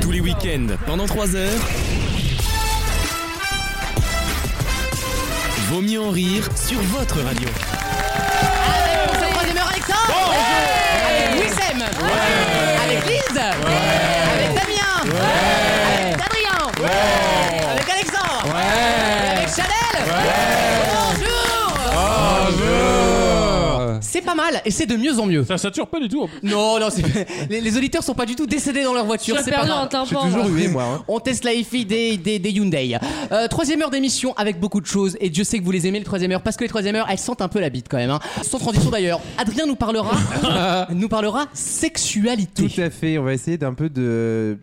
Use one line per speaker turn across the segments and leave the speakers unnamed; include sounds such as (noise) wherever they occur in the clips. Tous les week-ends, pendant 3 heures. Vaut mieux en rire sur votre radio.
Avec mon troisième heure avec Tom. Avec Wissem. Avec Lise. Avec Damien. Avec Adrien. Avec Alexandre. Et Avec Chanel. Bonjour. C'est pas mal et c'est de mieux en mieux.
Ça sature pas du tout.
Non, non, c'est pas- les, les auditeurs sont pas du tout décédés dans leur voiture.
J'ai
C'est pas
perdu en
grave.
tympan.
toujours
moi.
hué, moi. hein.
On teste la FI des, des, des Hyundai. Euh, troisième heure d'émission avec beaucoup de choses et Dieu sait que vous les aimez les troisième heure parce que les troisième heures elles sentent un peu la bite quand même. hein. Sans transition d'ailleurs, Adrien nous (laughs) parlera, nous parlera sexualité.
Tout à fait. On va essayer d'un peu de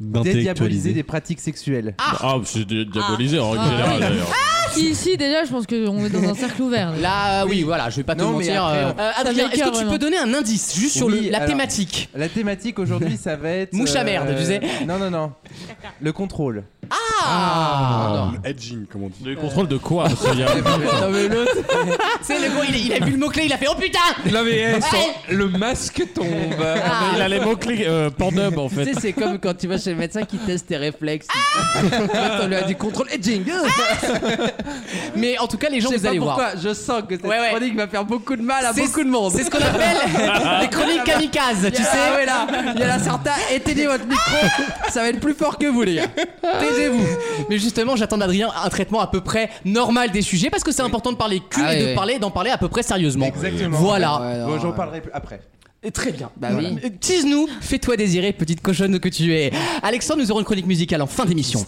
dédiaboliser des pratiques sexuelles.
Ah, c'est dé- diabolisé en règle générale d'ailleurs.
Ah, Si, ici, déjà, je pense qu'on est dans un cercle ouvert. là.
Là, euh, oui, voilà, je vais pas te
Non, mais
mentir.
après,
euh,
on-
euh, Adrien, est-ce
Ça fait le
que
cas,
tu
vraiment.
peux donner un indice juste sur
Oui,
le- la
alors-
thématique
La thématique aujourd'hui, ça va être. euh,
Mouche à merde, tu sais.
Non, non, non. Le contrôle.
Ah, non.
Edging, comme on dit.
Le contrôle de quoi parce qu'il
(laughs)
y a-
(laughs) Non, mais l'autre.
C'est le gros, il, il a vu le mot-clé, il a fait Oh putain
Non mais
(laughs)
eh, son-
Ouais.
le masque tombe.
Ah.
Il a les mots-clés euh, pornhub en fait.
c'est comme quand tu vas chez le médecin qui teste tes réflexes. Ah. on lui a dit contrôle et jingle. Mais en tout cas, les gens,
Je sais
vous
pas
allez voir.
pourquoi, Je sens que cette
Ouais, ouais.
chronique va faire beaucoup de mal à
C'est-
beaucoup de monde.
C'est ce
(laughs)
qu'on appelle les chroniques kamikazes, tu sais.
Ah ouais, là, il y en a certains, éteignez votre micro, ça va être plus fort que vous, les gars. Taisez-vous.
Mais justement, j'attends d'Adrien un traitement à peu près normal des sujets parce que c'est important de parler cul
Ah
et
oui,
de
oui.
parler d'en parler à peu près sérieusement.
Exactement.
Voilà.
Bon, j'en parlerai plus après.
Et Très bien.
Bah oui.
Euh, Tease-nous, fais-toi désirer, petite cochonne que tu es. Alexandre, nous aurons une chronique musicale en fin d'émission.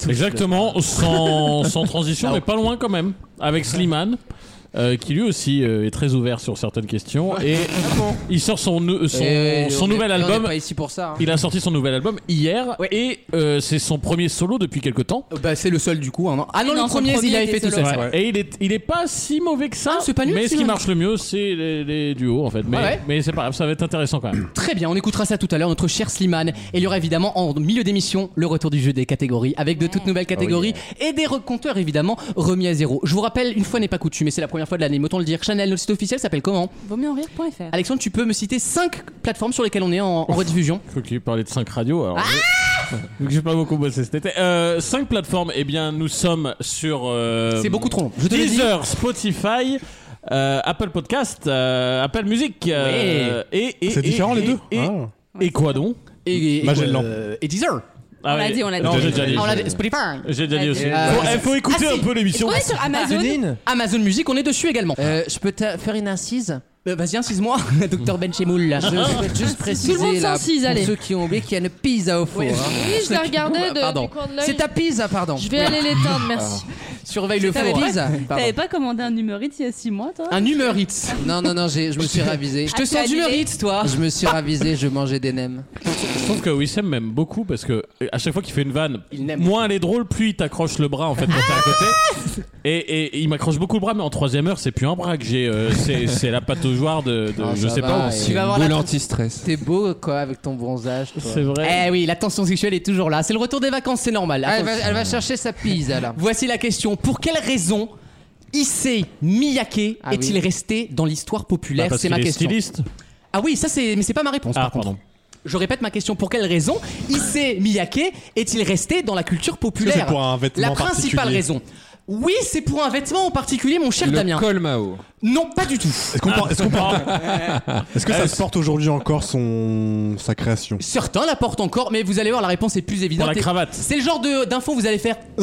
(laughs)
Exactement, sans, sans transition,
Ah ouais.
mais pas loin quand même. Avec Slimane. euh, qui lui aussi euh, est très ouvert sur certaines questions et
Ah
il sort son, nou- son,
Eh
son nouvel album.
ici pour ça. hein.
Il a sorti son nouvel album hier
Ouais.
et euh, c'est son premier solo depuis quelque temps.
Euh, Bah, c'est le seul du coup. hein, non ah non,
Non,
le
son
premier,
premier
il avait fait
était
tout
solo.
seul. c'est vrai.
Et il est, il est pas si mauvais que
Ah,
ça.
c'est pas nul,
mais ce qui
Slimane.
marche le mieux, c'est les, les duos en fait. Mais,
Ah ouais
mais c'est pas grave, ça va être intéressant quand même.
Très bien, on écoutera ça tout à l'heure, notre cher Slimane. Et il y aura évidemment en milieu d'émission le retour du jeu des catégories, avec de toutes nouvelles catégories
Oh
et des recompteurs évidemment remis à zéro. Je vous rappelle, une fois n'est pas coutume, et c'est la première fois de l'année, mais autant le dire, Chanel, notre site officiel s'appelle comment
Vaut mieux en rire.fr.
Alexandre, tu peux me citer 5 plateformes sur lesquelles on est en, en rediffusion
Je crois qu'il parlait de 5 radios. Alors, je- Vu que j'ai pas beaucoup bossé cet été. Euh, 5 plateformes, eh bien, nous sommes sur. euh,
C'est beaucoup trop long. Je te l'ai dit.
Deezer, Spotify. euh, Apple Podcast, euh, Apple Music, euh, et, et-
C'est
et-
différent les
et-
deux
Et,
Ah.
et quoi donc
Et, et,
Magellan.
euh, et Deezer.
Ah
On l'a
ouais.
dit, on l'a
Non,
dit.
j'ai déjà dit.
Ah, on l'a
j'ai
dit- Spotify.
déjà- J'ai déjà dit
Euh,
aussi.
euh,
Faut- eh, faut écouter
Ah,
un peu l'émission.
On est sur Amazon.
Janine
Amazon Music, on est dessus également.
Euh, je peux faire une incise
Euh, Vas-y, incise-moi, (laughs) docteur Benchemoul. là.
Je souhaite juste préciser
Tout le monde
là,
s'incise,
pour
allez.
ceux qui ont oublié qu'il y a une pizza au four.
Oui.
hein.
Oui, je l'ai regardé de,
Pardon.
du coin de l'œil.
C'est ta pizza, pardon. Ah.
Je vais aller l'éteindre, merci.
Surveille le
T'avais
fort.
dit ça Pardon.
T'avais pas commandé un humoriste il y a 6 mois,
Ah.
toi
Un humeur hits.
Non, non, non, j'ai- je (laughs) me suis ravisé.
Je te sens
Actualisé.
d'humeur hits, toi.
Je me suis ravisé, je mangeais des nems.
Je trouve que Wissem m'aime beaucoup parce que euh, à chaque fois qu'il fait une vanne,
Il n'aime
moins elle est drôle, plus il t'accroche le bras en fait quand t'es à
(laughs)
côté. Et, et- et il m'accroche beaucoup le bras, mais en troisième heure, c'est plus un bras que j'ai. euh, c'est c'est la patte aux joueurs de, de-
Ah,
je
ça
sais
va,
pas où.
et-
Tu vas voir la
Boule anti-stress.
T'es beau, quoi, avec ton bronzage. toi.
C'est vrai.
Eh oui, la tension sexuelle est toujours là. C'est le retour des vacances, c'est normal.
Ah, Elle
Attention.
va, elle va chercher sa pizza, là.
Voici la question. Pour quelle raison Issei Miyake
Ah
est-il
oui.
resté dans l'histoire
Bah,
populaire
parce
C'est
qu'il
ma
est
question.
styliste.
Ah oui, ça c'est mais c'est pas ma réponse
Ah
par contre.
pardon.
Je répète ma question. Pour quelle raison Issei Miyake est-il resté dans la culture
Est-ce que
populaire
c'est pour un vêtement
La principale
particulier
raison. Oui, c'est pour un vêtement en particulier, mon cher
Le
Damien.
colmao.
Non, pas du tout.
Est-ce qu'on porte- est-ce qu'on porte- (laughs) est-ce que ça se porte aujourd'hui encore son sa création
Certains la portent encore, mais vous allez voir, la réponse est plus
Pour
évidente.
la cravate.
C'est le genre de- d'info vous allez faire.
Oh.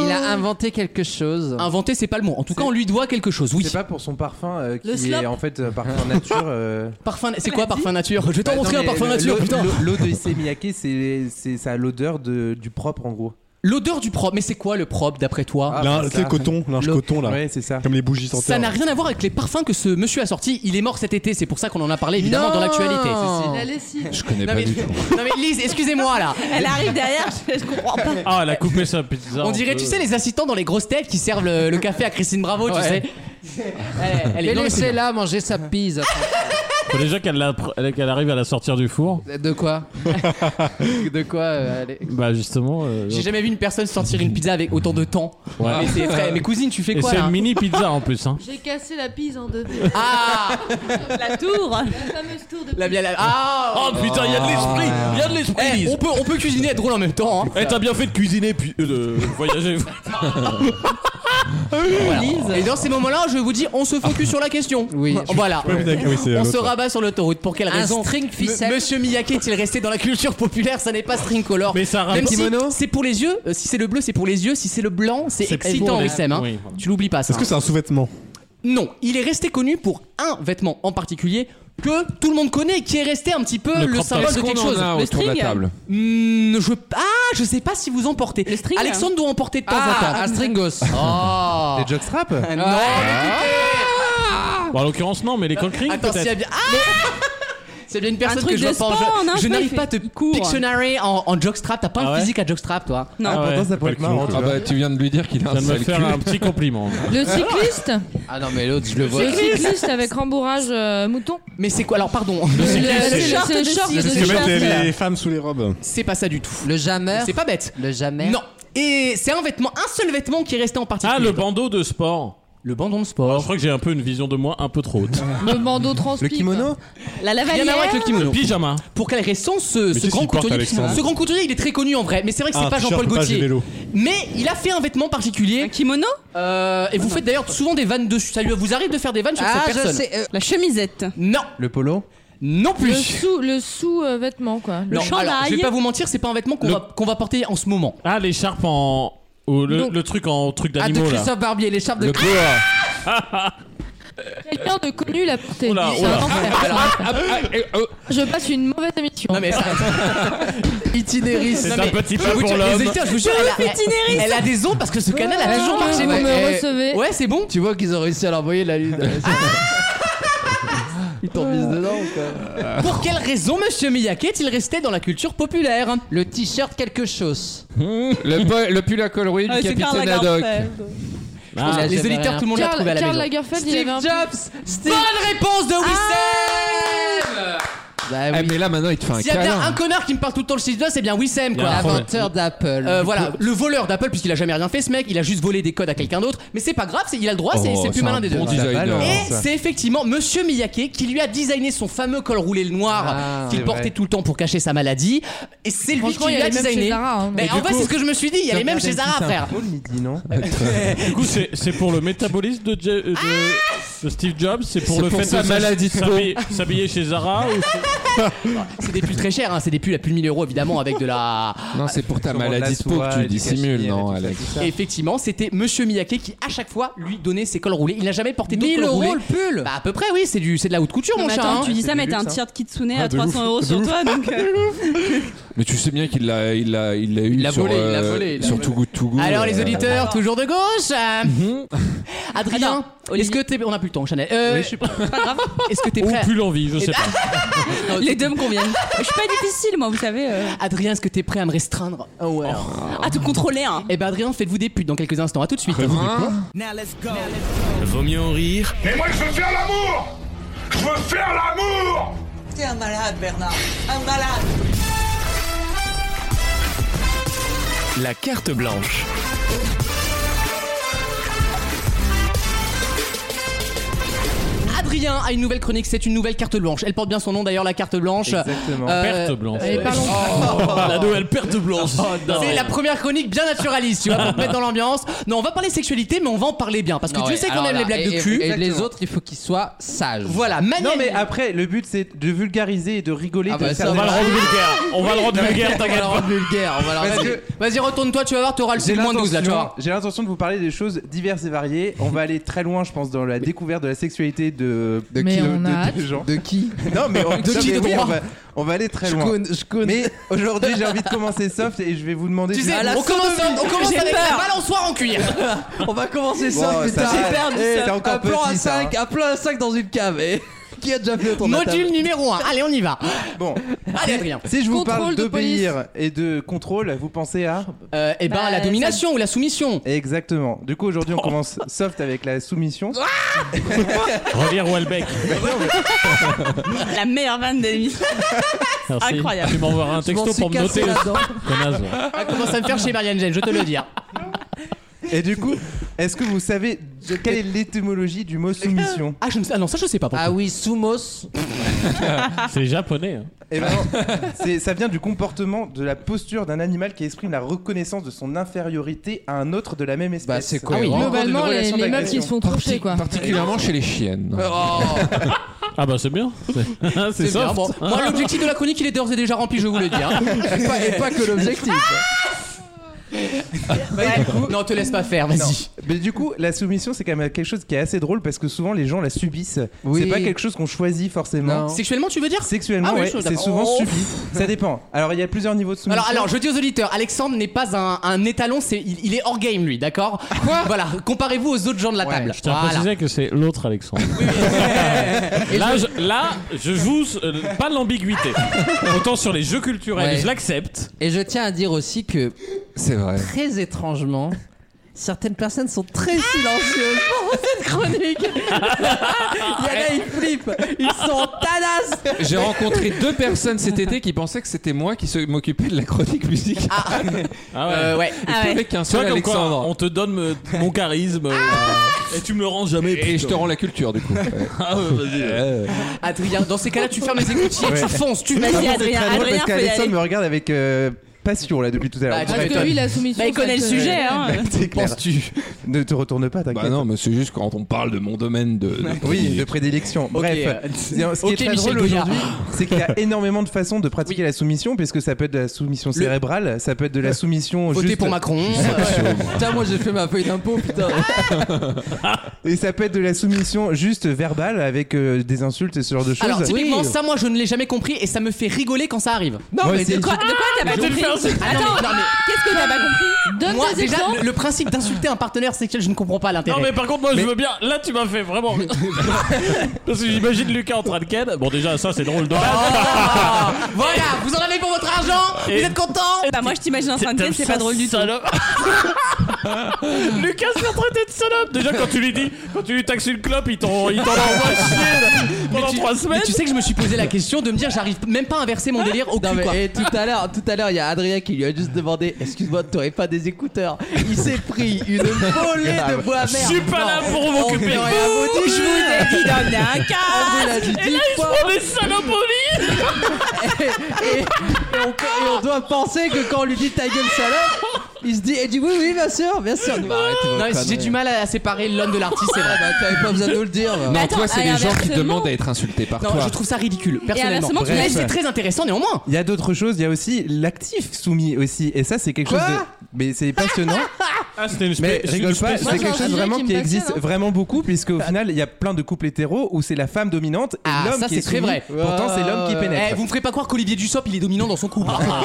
Il
Oh.
a inventé quelque chose.
Inventer, c'est pas le mot. En tout cas, on lui doit quelque chose. Oui.
C'est pas pour son parfum euh, qui
Le slop.
est en fait euh, parfum nature.
(laughs)
euh.
Parfum. C'est quoi parfum nature Je vais t'en
Bah,
montrer
non,
un
mais
parfum
le-
nature.
l'eau-
Putain.
l'eau- L'eau de Semiyake, c'est c'est- ça a l'odeur de- du propre en gros.
L'odeur du propre. Mais c'est quoi le propre d'après toi
Ah,
Lin-
bah,
Tu sais,
ça.
coton, linge
L'eau-
Oh
coton là.
Ouais, c'est ça.
Comme les bougies sans
Ça
terre.
n'a rien à voir avec les parfums que ce monsieur a sorti. Il est mort cet été. C'est pour ça qu'on en a parlé évidemment
Non.
dans l'actualité.
Oh.
La lessive.
Je connais
Non
pas
mais,
du tout.
(laughs) non mais Lise, excusez-moi là.
Elle arrive derrière, je, je
(laughs)
comprends pas.
Ah, elle a coupé sa pizza. en
On dirait,
deux.
tu sais, les assistants dans les grosses têtes qui servent le, le café à Christine Bravo, tu
Ouais.
sais. Elle, elle est- hein.
Mais
non, mais c'est- (laughs)
laissez-la manger sa pizza.
Faut déjà qu'elle la pr- qu'elle arrive à la sortir du four.
De quoi (laughs) De quoi euh, allez.
Bah justement. euh,
J'ai jamais vu une personne sortir une pizza avec autant de temps.
ouais.
Mais, c'est vrai. Mais cousine, tu fais
Ah. Et
quoi
c'est
là
une mini pizza en plus. Hein.
J'ai cassé la pise en deux.
Ah
La tour
La fameuse tour de
La bien la- Ah
Oh putain, il y a de l'esprit, il y a de l'esprit.
Eh,
Lise.
on, peut, on peut cuisiner et être drôle en même temps. hein.
Eh, t'as bien fait de cuisiner puis
(laughs)
euh, de voyager. Bah
Et dans ces moments-là, je vous dis, on se focus sur la question.
Oui.
Voilà.
Oui, d'accord, oui, c'est à
On
l'autre.
se rabat sur l'autoroute. Pour quelle
Un
raison
string
M-
ficelle.
Monsieur Miyake est-il resté dans la culture populaire Ça n'est pas string color.
Mais ça
Même
raconte-
si
kimono
c'est pour les yeux, euh, si c'est le bleu, c'est pour les yeux, si c'est le blanc, c'est
C'est
excitant,
pour les-
Wissem. hein.
Oui, voilà.
Tu l'oublies pas, ça.
Est-ce que c'est un sous-vêtement
Non, il est resté connu pour un vêtement en particulier que tout le monde connaît, qui est resté un petit peu le,
Le crop top.
symbole de
Est-ce qu'on
quelque
en
chose.
a
Le
autour de la
string.
table
Hmm, je... Ah, je sais pas si vous en portez.
Le string,
Alexandre doit en porter de temps
hein. Ah,
en temps.
un stringos.
Oh.
Les jockstraps
Ah, non,
Bon, en l'occurrence, non,
Euh,
mais les coquerings
Attends, s'il y a
peut-être.
bien. Ah C'est bien une personne
truc
que je
de
vois pas en
sport,
jeu-
non,
Je
il
n'arrive
fait-
pas à te
il court.
pictionary en, en jockstrap. T'as pas
Ah
un
ouais
physique à jockstrap, toi.
Non.
Ah ouais.
Pourtant, ça pourrait être
Calcul,
marrant.
quoi.
Ah bah tu viens de lui dire qu'il a
Je
un
viens de
sale
me faire un
cul.
petit compliment.
Le cycliste
Ah non, mais l'autre, je le vois.
Le cycliste avec rembourrage euh, mouton.
Mais c'est quoi Alors, pardon.
C'est le
short
c'est le
de
short
cycliste.
de
Est-ce que
cycliste.
mettent les, les femmes sous les robes
C'est pas ça du tout.
Le jammer.
C'est pas bête.
Le jammer.
Non. Et c'est un vêtement, un seul vêtement qui est resté en particulier.
(laughs) Ah, le bandeau de sport.
Le bandon de
Alors,
sport.
je crois que j'ai un peu une vision de moi un peu trop haute.
Le bandeau transpire.
Le kimono
La
Rien à voir
lavalière
avec le kimono.
(laughs) Pyjama.
Pour quelle raison ce, ce
qu'est-ce
grand
qu'il porte,
couturier
Alexandre
Ce grand couturier, il est très connu en vrai, mais c'est vrai que c'est
Un
pas
Ah, t-shirt,
Jean-Paul
page
Gaultier.
vélo.
Mais il a fait un vêtement
Un
particulier
kimono
euh, et vous faites d'ailleurs souvent des vannes dessus. Ça lui- vous arrive de faire des vannes sur
Ah,
cette
je
personne
sais. euh,
La chemisette.
Non,
Le polo
non plus.
Le sous le sous euh, vêtement quoi.
Non,
chandail.
alors, je vais pas vous mentir, c'est pas un vêtement qu'on
Le-
va, qu'on va porter en ce moment.
Ah, l'écharpe en. ou le,
Non.
le truc en truc
Ah, de
d'animaux là.
Christophe Barbier, l'écharpe de.
Quelqu'un de connu l'a porté.
Oula,
C'est
oula.
un enfer.
Ah, ah, eh, oh.
Je passe une mauvaise émission.
Non mais ça, (laughs)
Itinériste.
C'est
non,
un
mais-
petit
je
peu
vous
pour
jure, les
l'homme.
éditeurs, je vous jure, elle a, elle- elle a des ondes parce que ce canal a
Ah,
toujours marché.
vous
ouais,
me
ouais.
recevez.
Ouais, c'est bon.
Tu vois qu'ils ont réussi à l'envoyer la
(laughs)
lune. Ils t'en misent dedans ou quoi
Ah Euh. Pour quelle raison, Monsieur Miyake est-il resté dans la culture populaire
Le t-shirt quelque chose.
Le, po- le pull à col rouille
Ah,
du
c'est Karl
capitaine Haddock.
Lagerfeld.
Ah,
Il a
Les
jamais
éditeurs,
rien.
tout le monde l'a
Karl,
trouvé à la
Karl
maison.
Lagerfeld, il
Steve
avait un
Jobs Steve
Bonne réponse de Wissem
Bah
Eh,
Ah,
oui,
mais là maintenant il te fait un
Ah. S'il y a bien
câlin. hein,
un connard qui me parle tout le temps de 6 c'est bien Wissem
Il y a
quoi.
un problème.
l'inventeur d'Apple.
Euh, voilà, le voleur d'Apple, puisqu'il a jamais rien fait ce mec, il a juste volé des codes à quelqu'un d'autre, mais c'est pas grave, c'est- il a le droit, c'est
Oh,
c'est plus
un
malin des deux.
Ah,
bon designer.
Et c'est effectivement Monsieur Miyake qui lui a designé son fameux col roulé le noir
Ah,
qu'il
c'est
portait
vrai.
tout le temps pour cacher sa maladie. Et Ah, c'est lui qui
Franchement, il y
lui
a
a
les mêmes chez
designé.
Zara. hein.
Mais en vrai, c'est ce que je me suis dit. Il y a les mêmes chez Zara, frère.
Paul Midli, non
Ah,
Du coup, c'est c'est pour le métabolisme de, Je- euh, de- de Steve Jobs, c'est pour
C'est
le
pour
fait
sa
de
maladie de peau.
s'habiller- s'habiller chez Zara. ou c'est-
C'est des pulls très chers. hein. C'est des pulls à plus de 1000 euros, évidemment, avec de la.
Non,
Ah,
c'est pour ta
Comment de la
maladie de peau
soie
que tu
et du
dissimules,
cachemire et
non,
tout ça,
Alex
tout ça.
Et effectivement, c'était Monsieur Miyake qui, à chaque fois, lui donnait ses cols roulés. Il n'a jamais porté d'autres
1000
cols roulés.
euros le pull
Bah, à peu près, oui. C'est du, c'est de la haute couture,
Non,
mon
mais
chat.
attends,
hein.
tu dis
C'est
ça, mais
du
t'as un
luxe,
t-shirt kitsune
Ah,
à
de
300
ouf,
euros
de
sur
ouf.
toi, donc. euh,
Mais tu sais bien qu'il l'a, il l'a, il l'a eu
l'a
sur,
volé, il l'a
euh,
volé, il l'a
sur
volé.
Too Good To Go.
Alors, les
euh,
auditeurs,
alors.
toujours de gauche. euh. Adrien, est-ce que t'es. On a plus le temps, Chanel. Euh,
Oui, je suis pas-
Pas grave.
(laughs) Est-ce que t'es
Ou
prêt à-
plus l'envie, je sais pas.
Les deux me conviennent. Je suis pas difficile, moi, vous savez. euh.
Adrien, est-ce que t'es prêt à me restreindre
À tout contrôler, hein.
Eh ben, Adrien, faites-vous des putes dans quelques instants. À tout de suite.
Vaut mieux en rire
euh,
Et moi, je veux faire l'amour Je veux faire l'amour
T'es un malade, Bernard. Un malade.
la carte blanche.
Adrien a une nouvelle chronique, c'est une nouvelle carte blanche. Elle porte bien son nom d'ailleurs, la carte blanche.
Exactement.
Euh,
Perte blanche. Ah,
Elle est pas longue.
La nouvelle perte blanche.
C'est la première chronique bien naturaliste, tu vois, pour te mettre dans l'ambiance. Non, on va parler sexualité, mais on va en parler bien, parce que
Non,
Dieu
et
sait qu'on
alors
aime
là,
les blagues
et-
de
et-
cul.
Et les autres, il faut qu'ils soient sages.
Voilà, Manel.
Non, mais après, le but, c'est de vulgariser et de rigoler.
Ah
de
bah,
faire
ça,
On
des-
va le rendre vulgaire. On va le rendre vulgaire,
On va
t'inquiète
leur
pas.
rendre vulgaire, on va leur
Parce
rendre-
que-
Vas-y, retourne-toi, tu vas voir, t'auras le
J'ai
sub moins 12 là, tu
l'intention
vois.
j'ai l'intention de vous parler des choses diverses et variées. On va aller très loin, je pense, dans la découverte de la sexualité de, de,
Mais
de-
on a
de-
hâte.
des gens.
De qui
(laughs) Non, mais on,
De
non,
qui
mais
de
oui,
droit
on, va, on va aller très
Je
loin.
connais- je connais.
Mais aujourd'hui, j'ai envie de commencer soft et je vais vous demander.
Tu
du-
sais,
Ah,
on commence, on commence
J'ai
avec la
peur.
balançoire en cuir.
On va commencer
Wow,
ça,
(laughs)
ça
putain.
va.
J'ai perdu
Eh,
ça.
t'es encore
un plan à
petit, ça, hein.
(laughs)
5, un plan à 5 dans une cave. eh.
Qui a déjà fait autant
Module numéro 1. Allez, on y va.
Bon,
Allez, Adrien.
si je vous parle
Contrôle de police.
d'obéir et de contrôle, vous pensez à
Euh, eh ben,
Bah,
la domination ou la soumission.
Exactement. Du coup, aujourd'hui, on commence soft avec la soumission.
Reviens Walbeck.
La meilleure vanne de l'émission.
Merci.
Incroyable.
Tu m'envoies un
Je m'en
texto
suis
pour me
cassé
noter.
là-dedans.
Connasse, ouais.
Ça commence à me faire chez Marianne Jane, je te le dis. hein.
Et du coup, est-ce que vous savez de- quelle est l'étymologie du mot soumission
Ah, je ne sais- ah non, ça je sais pas.
Ah oui, Sumos.
C'est japonais. hein.
Eh ben non, c'est- ça vient du comportement, de la posture d'un animal qui exprime la reconnaissance de son infériorité à un autre de la même espèce.
Bah, c'est
Ah oui,
cohérent.
Globalement,
Encore une
les,
relation
les meufs
d'agression.
qui se font toucher, quoi.
Particulièrement chez les chiennes.
Oh.
Ah bah c'est bien. C'est- C'est
bien,
soft.
bon. Moi, l'objectif de la chronique, il est d'ores et déjà rempli, je vous le dis. hein.
et, pas, et pas que l'objectif.
Bah, Non, te laisse pas faire, vas-y.
Mais du coup, la soumission, c'est quand même quelque chose qui est assez drôle parce que souvent les gens la subissent.
Oui.
C'est pas quelque chose qu'on choisit forcément.
Non.
Sexuellement, tu veux dire
Sexuellement,
Ah oui,
ouais,
je suis
c'est
d'accord.
souvent
Oh.
subi. Ça dépend. Alors, il y a plusieurs niveaux de soumission.
alors, alors, je dis aux auditeurs, Alexandre n'est pas un, un étalon, c'est, il, il est hors game lui, d'accord Voilà, comparez-vous aux autres gens de la table.
Je tiens à
Voilà.
préciser que c'est l'autre Alexandre. (laughs) là, je, là, je joue euh, pas l'ambiguïté. Autant sur les jeux culturels,
Ouais.
je l'accepte.
Et je tiens à dire aussi que
C'est vrai.
très étrangement, certaines personnes sont
Ah
très
(laughs)
silencieuses pendant cette chronique. (laughs) Il y en a, ils flippent. Ils sont en tanas.
J'ai rencontré deux personnes cet été qui pensaient que c'était moi qui se- m'occupais de la chronique musique.
Ah ouais.
Euh, ouais.
Ah ouais.
Avec un
Tu vois
seul
comme quoi,
Alexandre.
on te donne euh, mon charisme euh, et tu me le rends jamais.
Et je te
putain.
rends la culture
(laughs)
du coup.
Ah ouais, vas-y.
Adrien, dans ces cas-là, tu fermes les écoutiers, tu fonces, tu
Vas-y,
fonces.
Adrien,
Ah Très drôle
Adrien,
parce
faut y
qu'Alexandre
aller.
me regarde avec euh, passion là depuis tout à l'heure.
Bah, tu
Ouais.
Parce que
m'étonnes.
lui, la soumission.
Bah, il connaît le
ça-
sujet, hein.
C'est clair.
Penses-tu
Ne te retourne pas, t'inquiète.
Bah non, mais c'est juste quand on parle de mon domaine de. de-
Oui, de prédilection.
(laughs)
Bref,
euh,
C'est- ce qui
ok,
est très
Michel
drôle
Goya.
aujourd'hui, c'est qu'il
(laughs)
y a énormément de façons de pratiquer la soumission, puisque ça peut être de la soumission cérébrale, ça peut être de la soumission
Votez
juste,
pour Macron. Ah,
Putain, moi j'ai fait ma feuille d'impôt, putain.
et ça peut être de la soumission juste verbale avec euh, des insultes et ce genre de choses.
Alors, typiquement,
Oui.
ça, moi, je ne l'ai jamais compris et ça me fait rigoler quand ça arrive.
Non,
Moi
mais
aussi.
de quoi
Quoi- de quoi t'as pas compris
Ah non,
Attends,
mais- non, mais-
qu'est-ce que t'as pas compris
euh, Donne
Moi,
des
déjà,
exemples.
le, le principe d'insulter un partenaire sexuel, je ne comprends pas l'intérêt.
Non mais par contre moi je veux bien là tu m'as fait vraiment
(laughs)
rire. parce que j'imagine Lucas en train de ken bon déjà ça c'est drôle dommage
Ah, (laughs) voilà, vous en avez pour votre argent,
Et-
vous êtes content.
Bah, moi, je t'imagine en train de dire, c'est pas drôle du tout.
Lucas s'est retraité de salope déjà quand tu lui dis quand tu lui taxes une clope il t'en il t'en envoie chier là, pendant trois
Mais
semaines
tu sais que je me suis posé la question de me dire, j'arrive même pas à inverser mon délire au cul,
Non
quoi.
mais et tout à l'heure, tout à l'heure, il y a Adrien qui lui a juste demandé "Excuse-moi, t'aurais pas des écouteurs Il s'est pris une
Ah,
volée de
Bah,
voix merde.
Je suis pas là pour m'occuper de vous.
vous. Je vous ai dit d'emmener un
(laughs)
câble. Et là, il
on est salopes au lit
et, et on, et on doit penser que quand on lui dit ta gueule salope, il se dit et dit oui oui bien sûr bien sûr. Bah, arrêtez vos
Non, mais
conneries.
j'ai du mal à séparer l'homme de l'artiste, c'est
Ah,
vrai.
bah, t'avais pas besoin de nous le dire. là.
Non,
attends,
toi, c'est les gens qui
inversement-
demandent à être insultés par
Non,
toi.
je trouve ça ridicule, personnellement.
inversement, tu
Mais
l'as-
c'est très intéressant néanmoins.
Il y a d'autres choses, il y a aussi l'actif soumis aussi, et ça c'est quelque
Quoi
chose de... Mais c'est passionnant,
ah c'était une
mais rigole pas,
Moi,
c'est
c'est un
quelque chose
sujet
vraiment
qui me
qui,
passionne,
existe
hein.
vraiment beaucoup, puisque au final il y a plein de couples hétéros où c'est la femme dominante et
Ah,
l'homme
ça,
qui est
c'est très
soumis.
vrai.
Pourtant c'est l'homme qui pénètre.
Eh, vous me ferez pas croire qu'Olivier Dussopt il est dominant dans son couple. Ah,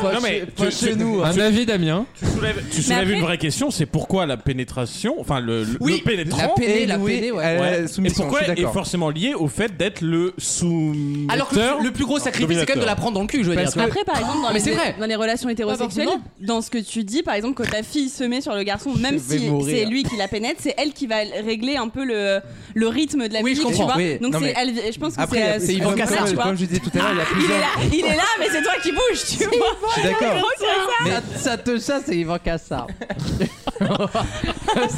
Pas
non, mais
chez, pas
tu-
chez
tu-
nous. hein.
Un avis, Damien
tu soulèves, tu soulèves
après-
une vraie question c'est pourquoi la pénétration enfin le, le,
Oui,
le pénétrant
La
Et
peinée, la
loué
peinée,
à
ouais.
la euh,
Ouais. et
soumission,
pourquoi
je suis
est
d'accord.
forcément lié au fait d'être le sous
Alors que le, le plus gros sacrifice, c'est quand même de la prendre dans le cul, je veux dire.
Parce que-
Après, par exemple, dans
Mais c'est
les,
vrai.
dans les relations hétérosexuelles,
Pas forcément.
dans ce que tu dis, par exemple, quand ta fille se met sur le garçon, même
vais
si
mourir.
c'est lui qui la pénètre, c'est elle qui va régler un peu le, le rythme de la
Oui, je
musique, tu
comprends.
vois.
Oui,
Donc,
non,
c'est
mais-
elle- je pense que
Après, il y a-
c'est
Yvan
comme-
Cassar,
comme-
tu vois.
Comme je disais tout à l'heure, il y a
Il est
plusieurs.
là, il est là, mais c'est toi qui bouges, tu vois.
Je
(laughs)
suis d'accord.
Ça, ça te chasse et Yvan Cassard.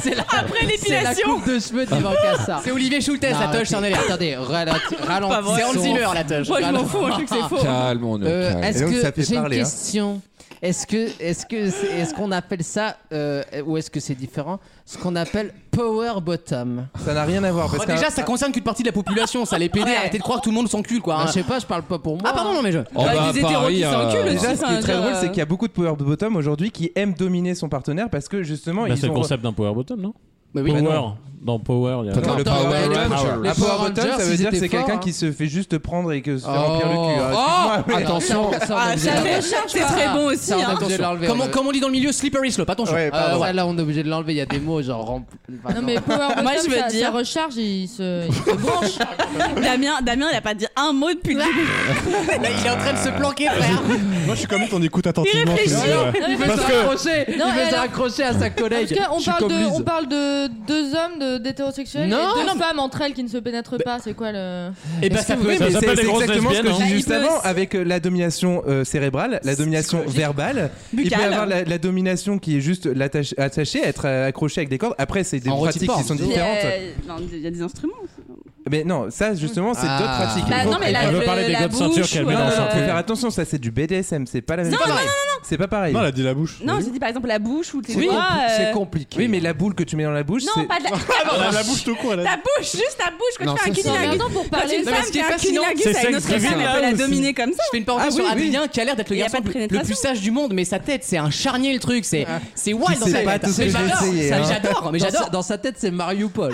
c'est la,
Après
c'est la
l'épilation.
coupe de cheveux d'Yvan Cassard.
C'est Olivier Schultes,
Non,
la toche, c'est un
arrêtez. Attendez,
délire.
ralenti-
Ah,
Pas
ralentissons.
vrai.
bah,
C'est Hans Zimmer, la toche.
Moi, je m'en fous, je trouve que c'est faux.
Calme, on est
Euh,
calme.
est-ce
Et donc, ça
que
fait
j'ai une
parler, hein.
question Est-ce que est-ce que c'est- est-ce qu'on appelle ça euh, ou est-ce que c'est différent Ce qu'on appelle power bottom.
Ça n'a rien à voir. Parce
Oh,
qu'un-
déjà, ça concerne qu'une partie de la population, ça les pédés,
Ouais.
arrêtez de croire que tout le monde s'encule quoi.
Ah,
hein.
je sais pas, je parle pas pour moi.
Ah, pardon, non, mais je.
Oh,
Bah,
bah,
des hétéros
Paris,
qui s'enculent,
euh,
aussi.
Déjà, ce qui
Enfin,
est très
genre,
drôle,
euh,
c'est qu'il y a beaucoup de power bottom aujourd'hui qui aiment dominer son partenaire parce que justement,
Bah,
ils
c'est le
ont.
concept d'un power bottom, non
Bah oui, bah
Power.
non.
dans Power, il y a.
Attends,
le Power
les-
Ah
Ranger.
les
Un Power
Power
Bottom, ça
Rangers,
veut
ils
dire que
étaient
c'est quelqu'un
forts,
qui
hein.
se fait juste prendre et que se fait
Oh.
remplir le cul. hein.
Oh,
Excuse-moi, mais-
attention,
Ah, ça recherche, c'est très bon aussi.
Ça, on est
hein.
obligé de l'enlever. Comme on- comme on dit dans le milieu, slippery slope, attention.
Ah, Ouais, pardon.
Euh,
Ça,
voilà.
Ah, là, on est obligé de l'enlever. Il y a des mots genre. rem-
Non mais Power Bottom,
Moi, je veux
ça,
dire-
ça recharge, il se, il se branche.
Damien, Damien, il a pas dit un mot depuis le début.
Il est en train de se planquer, frère.
Moi, je suis comme lui, t'en écoutes attentivement. tu
réfléchit.
sais, euh. ouais.
Non, mais
Il veut se raccrocher.
Non,
il veut se
alors-
raccrocher à sa
Parce
collègue.
que on
Je suis
parle,
comme
de,
Lise.
on parle de deux hommes de- d'hétérosexuels
Non,
et deux
non, mais-
femmes entre elles qui ne se pénètrent pas. C'est quoi le.
Eh
Et bah,
ben,
Parce que-
ça
oui,
peut
mais
s'appelle
c'est
les
c'est
grosses
exactement ce que
lesbiennes,
j'ai
hein.
dit juste
Bah, il peut
avant
aussi.
avec euh, la domination euh, cérébrale, la domination verbale. Il peut y
Buccale.
avoir la, la domination qui est juste l'attache- attachée, être euh, accroché avec des cordes. Après, c'est des
En
pratiques
rotiporn.
qui sont
Il y
différentes.
a- non, Il y a des instruments.
Mais non, ça justement, c'est
Ah.
d'autres pratiques.
Bah,
Il faut-
non, mais la,
veut
le-
parler des
la
gouttes de ceinture
bouche
qu'elle
ou,
met dans
non, non,
son
euh,
faut faire attention, ça c'est du BDSM, c'est pas la même
Non,
chose.
non, non,
C'est pas pareil.
Non, elle a dit la bouche.
Non, j'ai dit par exemple la bouche ou tes
C'est
doigts.
compli- C'est
euh,
compliqué.
Oui, mais la boule que tu mets dans la bouche,
Non,
c'est.
pas de la.
Elle a Ah, la bouche tout court, elle a
Ta bouche, juste ta bouche quand
Non,
tu fais un
ça, c'est-
Non, mais
cunnilingus.
attends, pour
Quand
parler.
une
mais
femme
ce qui
qui
est
a un
fascinant,
cunnilingus
c'est
avec une
sex
autre femme,
reveal,
elle peut la
là,
dominer comme ça.
Je fais une parenthèse
Ah
sur
oui, oui.
Adrien qui a l'air d'être le
Il y a
garçon
pas de
le
pénétration.
plus sage du monde, mais sa tête c'est un charnier le truc, c'est c'est wild dans
sais
sa
pas
tête.
tout ce
mais
que j'ai
j'adore,
essayé,
ça,
hein.
j'adore, mais
Dans sa-
j'adore.
Dans sa tête, c'est Mario Paul.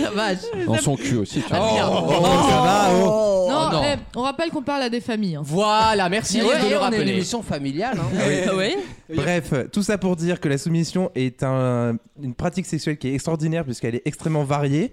La vache.
Dans son cul aussi. tu vois.
Adrien.
Oh, ça va, oh.
Non,
non.
eh, on rappelle qu'on parle à des familles. hein.
Voilà, merci Lise,
Ouais,
de le
on est une
rappeler.
émission familiale. hein.
(laughs)
Oui.
Ah Bref, tout ça pour dire que la soumission est un- une pratique sexuelle qui est extraordinaire puisqu'elle est extrêmement variée.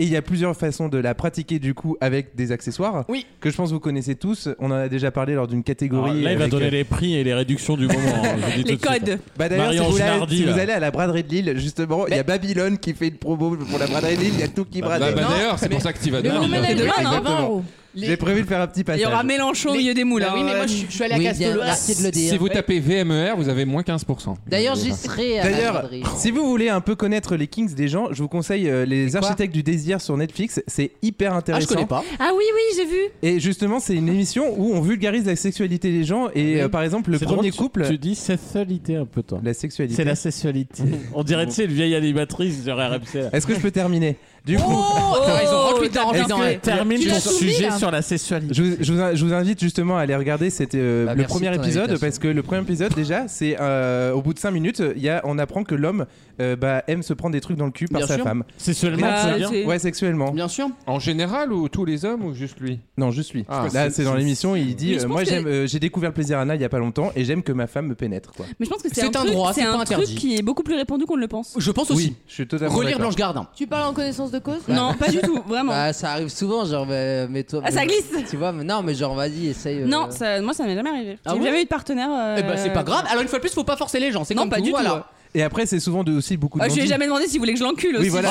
Et il y a plusieurs façons de la pratiquer du coup avec des accessoires
Oui.
que je pense que vous connaissez tous. On en a déjà parlé lors d'une
Alors,
catégorie.
Ah, là, il va
avec,
donner
euh,
les prix et les réductions du moment. hein, je vous dis
Les
tout de suite.
codes.
Bah d'ailleurs, si,
Marion
vous, allez-
Genardi,
si
là.
vous allez à la braderie de Lille, justement, il y a Babylone qui fait une promo pour la braderie de Lille. Il y a tout qui
Bah,
brade.
bah, D'ailleurs, c'est pour ça que tu vas
Le
demain.
moment
c'est
d'Adrien,
demain,
c'est
hein.
20 euros.
J'ai prévu de faire un petit
Il
passage.
y aura Mélenchon au
Les-
milieu des moules.
Bah oui,
hein.
mais moi je, je suis allé
Oui,
à
bien,
Castello.
merci de le dire.
Si vous tapez VMER, vous avez moins 15%.
D'ailleurs, j'y serai à la
D'ailleurs,
braderie.
(laughs) si vous voulez un peu connaître les Kings des gens, je vous conseille euh, Les Architectes du Désir sur Netflix. C'est hyper
Ah,
intéressant.
je connais pas.
Ah oui, oui, j'ai vu.
Et justement, c'est une émission où on vulgarise la sexualité des gens. Et euh, par exemple, le
Ah C'est drôle,
premier
tu-
couple.
Tu dis sexualité un peu, toi.
La sexualité.
C'est la sexualité. (laughs) On dirait, tu sais, une vieille animatrice sur RMC. là.
Est-ce que je peux terminer Du coup.
Oh,
T'as raison, rentre-lui dedans, rentre-lui
Est-ce
dedans,
que-
ouais.
Termine
Tu
ton
l'as soumis,
sujet
là
sur la sexualité.
Je vous, je vous in- je vous invite justement à aller regarder c'était euh,
Bah,
le
merci
premier
de ton
épisode
invitation.
parce que le premier épisode déjà c'est euh, au bout de 5 minutes il y a, on apprend que l'homme euh, bah, aime se prendre des trucs dans le cul par
Bien
sa
sûr.
femme
C'est seulement
Bah,
ça. hein. vient.
c'est-
ouais sexuellement
Bien sûr.
En général ou tous les hommes ou juste lui
non je suis
Ah.
là c'est dans l'émission il dit
Mais je
euh,
pense
moi
que-
j'aime euh, j'ai découvert le plaisir anal il y a pas longtemps et j'aime que ma femme me pénètre quoi
Mais je pense que c'est
C'est
un,
un
truc-
droit,
c'est
c'est
un
pas
truc
interdit.
qui est beaucoup plus répandu qu'on ne le pense.
Je pense aussi.
oui je suis totalement
Relire
d'accord.
Blanche Gardin.
Tu parles en connaissance de cause
Non, pas du tout, vraiment.
Bah, ça arrive souvent, genre, mais, mais toi.
Ah, ça
mais-
glisse.
Tu vois, mais non, mais genre, vas-y, essaye. euh,
Non, ça- moi ça m'est jamais arrivé.
Ah
J'ai
ouais
jamais eu de partenaire. euh,
Eh ben c'est pas grave. Alors une fois de plus, faut pas forcer les gens. C'est
Non,
comme
pas
tout,
du tout.
voilà.
et après c'est souvent de, aussi beaucoup de
Euh, je lui ai
non-dits.
jamais demandé s'il voulait que je l'encule aussi.
oui voilà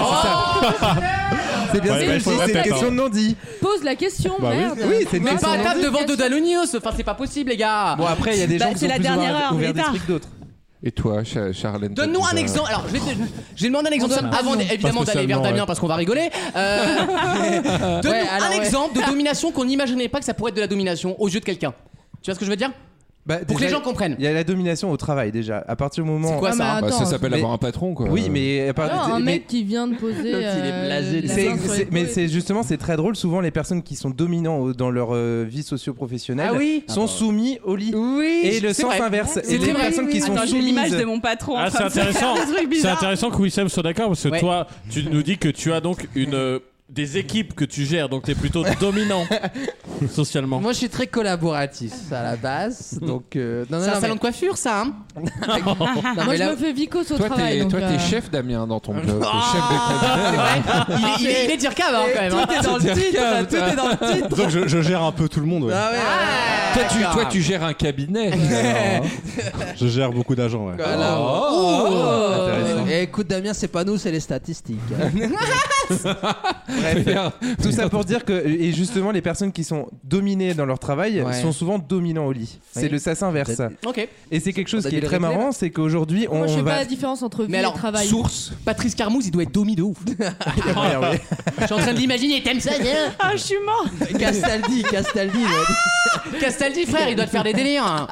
c'est ça (laughs) c'est bien
Ouais,
ce
bah,
que
il
je
faut
dis, c'est une
répéter,
question
hein.
de non-dit
Pose la question,
Bah oui.
merde.
oui c'est une
Mais
question
pas à
de
table
non-dit.
devant Dodalonios. Enfin, c'est pas possible, les gars.
bon après il y a des
Bah,
gens qui
c'est
sont
la
plus
dernière
ouverts
heure,
ouverts
il est tard.
d'esprit que d'autres
Et toi, Cha- Charlène t'as
Donne-nous
dit,
un
bah,
exemple. Alors, je vais, te- je vais demander un exemple
On
simple
donne
avant
pas
évidemment
Parce que
d'aller vers
seulement,
Damien
ouais.
parce qu'on va rigoler. Euh, Donne-nous
Ouais, alors,
un
ouais.
exemple de domination qu'on n'imaginait pas que ça pourrait être de la domination aux yeux de quelqu'un. Tu vois ce que je veux dire
Bah,
Pour que les
déjà,
gens comprennent.
il y a la domination au travail déjà à partir du moment
C'est quoi
Ah,
ça
mais
Bah,
Attends,
ça s'appelle
mais-
avoir un patron, quoi.
Oui, mais à part-
Alors, un
mais-
mec qui vient de poser. euh,
L'autre, il est blasé de-
la
c'est-
main sur
c'est-
l'épaule.
mais c'est justement c'est très drôle. Souvent, les personnes qui sont dominants au- dans leur euh, vie socio-professionnelle
Ah oui.
sont soumis au lit.
Oui.
Et le
c'est
sens
vrai.
inverse.
C'est
Et les
vrai,
personnes
oui,
qui
oui.
sont
Attends, j'ai l'image
soumises.
de mon patron. en
Ah,
train
c'est
de se faire
intéressant.
des trucs
C'est
bizarres.
intéressant que Wissem soit d'accord parce que
Ouais.
toi, tu nous dis que tu as donc une euh, des équipes que tu gères, donc t'es plutôt dominant socialement.
Moi, je suis très collaboratif à la
(laughs)
base, donc. euh, non, non,
C'est un
non,
salon de coiffure,
(laughs)
ça. hein
mais- non,
(laughs) Moi,
mais
je
là- (laughs)
me fais vicos au
Toi,
travail.
t'es
donc,
toi, t'es
euh,
chef, Damien, dans ton club. T'es
Ah, C'est
chef
vrai il, est- il est, il est Dirkab, hein, quand même. hein.
Tout est dans le titre, tout est dans le titre.
Donc, je, je gère un peu tout le monde. ouais.
(laughs) Ah ouais, ouais, ouais.
de club. Toi, tu, toi, tu gères un cabinet.
(laughs)
Je gère beaucoup d'agents. ouais.
Voilà.
Oh. Intéressant.
Eh, écoute Damien, c'est pas nous, c'est les statistiques. hein.
(laughs)
Bref.
Tout ça pour dire que et justement les personnes qui sont dominées dans leur travail
Ouais.
sont souvent dominants au lit. C'est
Oui.
le sens inverse.
Peut-être-
hein. Ok.
Et c'est quelque chose
On a
qui
dû
est
le
très
régler,
marrant, c'est qu'aujourd'hui on
Moi, je fais pas
va.
la différence entre vie
Mais
et
alors,
travail.
source. Patrice Carmouze, il doit être domi de ouf.
Ouais, ouais.
Je suis en train de l'imaginer. T'aimes ça, viens
Ah, je suis mort.
Castaldi, Castaldi.
(laughs)
ouais.
Castaldi, frère, il doit te faire des délires. hein.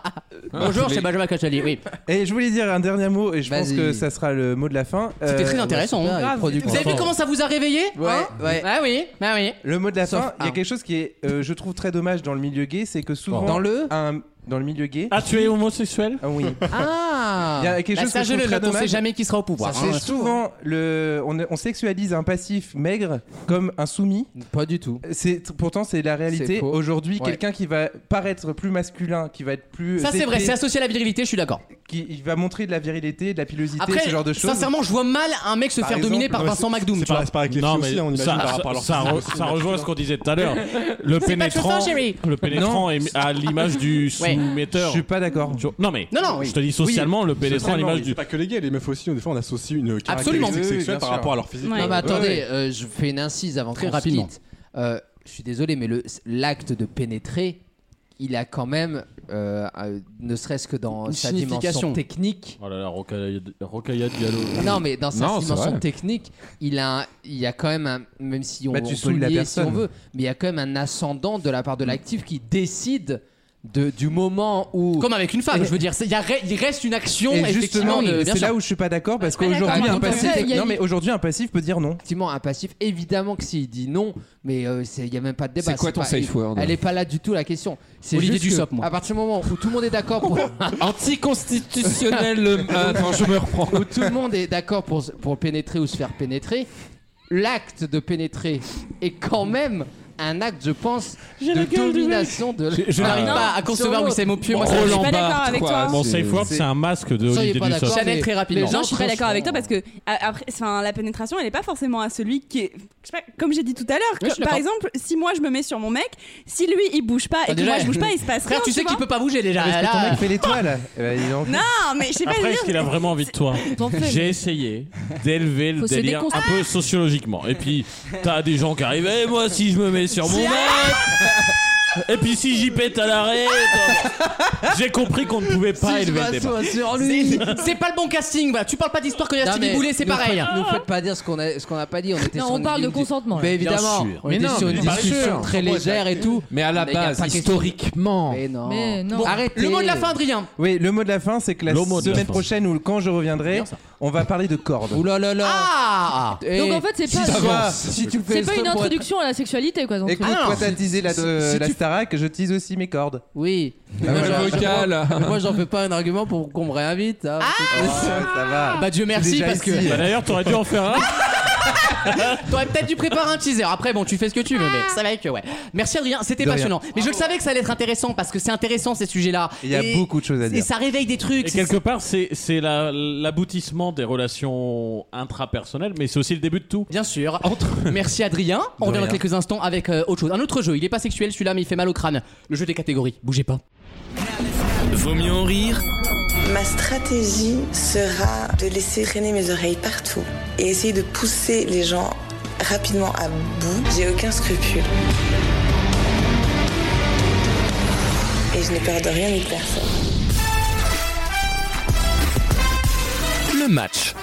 Bonjour,
les-
c'est Benjamin Castaldi. Oui.
(laughs) Et je voulais dire un dernier mot et je pense
Vas-y.
que ça sera le mot de la fin.
C'était
Euh,
très intéressant. hein.
Super, il produit
Vous avez vu
content.
comment ça vous a réveillé
Ouais,
hein
ouais.
Ah oui, ah oui.
Le mot de la
Sauf
fin, il y a
un.
quelque chose qui est, euh, je trouve très dommage dans le milieu gay, c'est que souvent
Dans le
un- dans le milieu gay. (laughs)
Ah, tu es homosexuel
Ah oui.
Ah
Il y a quelque
Bah,
chose
ça,
que je
je
trouve
le
très
note, on sait
dommage.
jamais qui sera au pouvoir. hein.
C'est souvent le, on, on sexualise un passif maigre comme un soumis.
Pas du tout.
C'est pourtant c'est la
C'est
réalité.
faux.
Aujourd'hui,
Ouais.
quelqu'un qui va paraître plus masculin, qui va être plus
Ça, c'est vrai,
épais,
c'est associé à la virilité, je suis d'accord.
qui il va montrer de la virilité, de la pilosité,
Après,
ce genre de choses.
sincèrement, je vois mal un mec se
Par
faire
exemple,
dominer par
ouais,
Vincent
c'est-
McDoom.
c'est
tu vois.
pareil- c'est pareil avec les
Non,
filles
mais
hein,
aussi, on imagine
ça,
par
ça-
rapport à leur
ça
physique
re-
aussi,
ça
leur
rejoint ce qu'on disait tout à l'heure.
C'est
Le
pas
pénétrant,
chauffeur, chérie.
le pénétrant est à l'image du
Ouais.
soumetteur.
Je suis pas d'accord.
Non mais,
Non, non, oui.
je te dis socialement, le pénétrant à l'image du.
Pas que les gays, les meufs aussi, des fois on associe une
Absolument.
caractéristique sexuelle par rapport à leur physique.
Non, mais attendez,
Ouais, ouais.
euh, je fais une incise avant
Très
qu'on se
rapidement.
quitte. Euh, je suis désolé, mais le- l'acte de pénétrer, il a quand même, euh, euh, ne serait-ce que dans
Une
sa
signification.
dimension technique.
Oh là là, Rocaya Rocaya Diallo.
Non, mais dans sa
Non, c'est
dimension
vrai.
technique, il a, un- il y a quand même un, même si on,
Bah,
on
tu
peut
saoules la
lier si
personne.
on veut, mais il y a quand même un ascendant de la part de l'actif qui décide de, du moment où.
Comme avec une femme, je veux dire, c'est- il y a re- il reste une action,
Et
effectivement,
justement,
de- bien
euh, C'est
sûr. Ah,
là où je suis pas d'accord parce
suis pas
qu'aujourd'hui
d'accord.
un passif,
Il y a eu-
non mais aujourd'hui un passif peut dire non.
Effectivement, un passif, évidemment que s'il dit non, mais euh, c'est- il n'y a même pas de débat.
C'est quoi ton
pas-
safe word hein
Elle n'est pas là du tout la question. C'est
Olivier
juste que,
Dussopt, moi.
À partir du moment où tout le monde est d'accord pour.
(laughs)
(laughs)
Anticonstitutionnel. le- Ah, Attends, je me reprends.
où tout le monde est d'accord pour, se- pour pénétrer ou se faire pénétrer, l'acte de pénétrer est quand même un acte, je pense, de domination de
Je- je n'arrive
Ah,
pas à
sur
concevoir
l'autre.
Wissem Opieux, moi, ça-
Roland
je suis pas
Barthes,
d'accord avec
quoi.
toi.
Mon
C'est-
safe word,
c'est-
c'est un masque de
Soyez
Olivier
pas
Dussopt.
d'accord.
Chanel,
mais
très rapidement.
les gens
Non, je suis pas
pense
d'accord avec toi
qu'on-
parce que à- après, enfin, la pénétration, elle n'est pas forcément à celui qui est. je sais pas, comme j'ai dit tout à l'heure,
Oui, je
que-
suis
par
d'accord.
exemple, si moi je me mets sur mon mec, si lui il bouge pas et
Ah,
que
déjà,
moi je bouge pas, il se passe rien.
Frère, tu sais qu'il
vois
peut pas bouger déjà.
Parce que ton
Ah là.
mec
(laughs)
fait l'étoile. Eh ben, dis donc.
Non, mais je sais pas
Après,
dire.
est-ce qu'il a vraiment envie de toi J'ai essayé d'élever le
Faut se
délire un peu sociologiquement. Et puis, t'as des gens qui arrivent, Eh, moi, si je me mets sur mon mec Et puis, si j'y pète à l'arrêt attends, bon. J'ai compris qu'on ne pouvait pas
Si je
élever le débat.
m'assois sur lui.
C'est c'est pas le bon casting, bah. tu parles pas d'histoire que
Non,
Yacine
mais
Boulet, c'est
nous
pareil.
faites- Nous faites pas dire ce qu'on a, ce qu'on a pas dit. On était
Non,
sur
on
une-
parle de
une-
consentement, là.
Mais
Bien
évidemment,
sûr.
on
Mais
était
non,
sur
mais
une
bien
discussion
sûr.
très légère et tout.
Mais à la
Mais y a
base,
pas question.
historiquement.
Mais non.
Mais non.
Bon,
Arrêtez.
Le mot de la fin, Adrien.
Oui, le mot de la fin, c'est que la
Le mot de la
semaine
fin.
prochaine ou quand je reviendrai, on va parler de cordes.
Ouh là là là.
Ah
Eh,
Donc, en fait, c'est
si
pas-
tu
Ça
vas-
va.
Si tu le
C'est
fais
pas une
extrêmement-
introduction à la sexualité, quoi. Donc,
Écoute,
Ah non,
toi t'as teasé la, de,
si
la
tu-
Starac, je tease aussi mes
(laughs)
cordes.
Oui.
Bah,
Ah,
Moi,
le
j'en-
vocal.
j'en- Moi, j'en fais pas un argument pour qu'on me réinvite. hein.
Ah.
ça va.
Bah Dieu
Je suis
merci
déjà
parce que
ici.
Bah, D'ailleurs, t'aurais dû en faire un.
t'aurais peut-être dû préparer un teaser. Après bon tu fais ce que tu veux mais ça va que ouais. Merci Adrien, c'était
De rien.
passionnant. Mais je le savais que ça allait être intéressant parce que c'est intéressant ces sujets-là.
Il y a
Et-
beaucoup de choses à
Et
dire.
ça réveille des trucs.
Et
c'est-
quelque part, c'est c'est la- l'aboutissement des relations intrapersonnelles, mais c'est aussi le début de tout.
Bien sûr. Merci Adrien. On revient dans
rien.
quelques instants avec euh, autre chose. Un autre jeu. Il est pas sexuel celui-là mais il fait mal au crâne. Le jeu des catégories. Bougez pas.
Vaut mieux en rire
Ma stratégie sera de laisser traîner mes oreilles partout et essayer de pousser les gens rapidement à bout. J'ai aucun scrupule. Et je n'ai peur de rien ni de personne.
le match.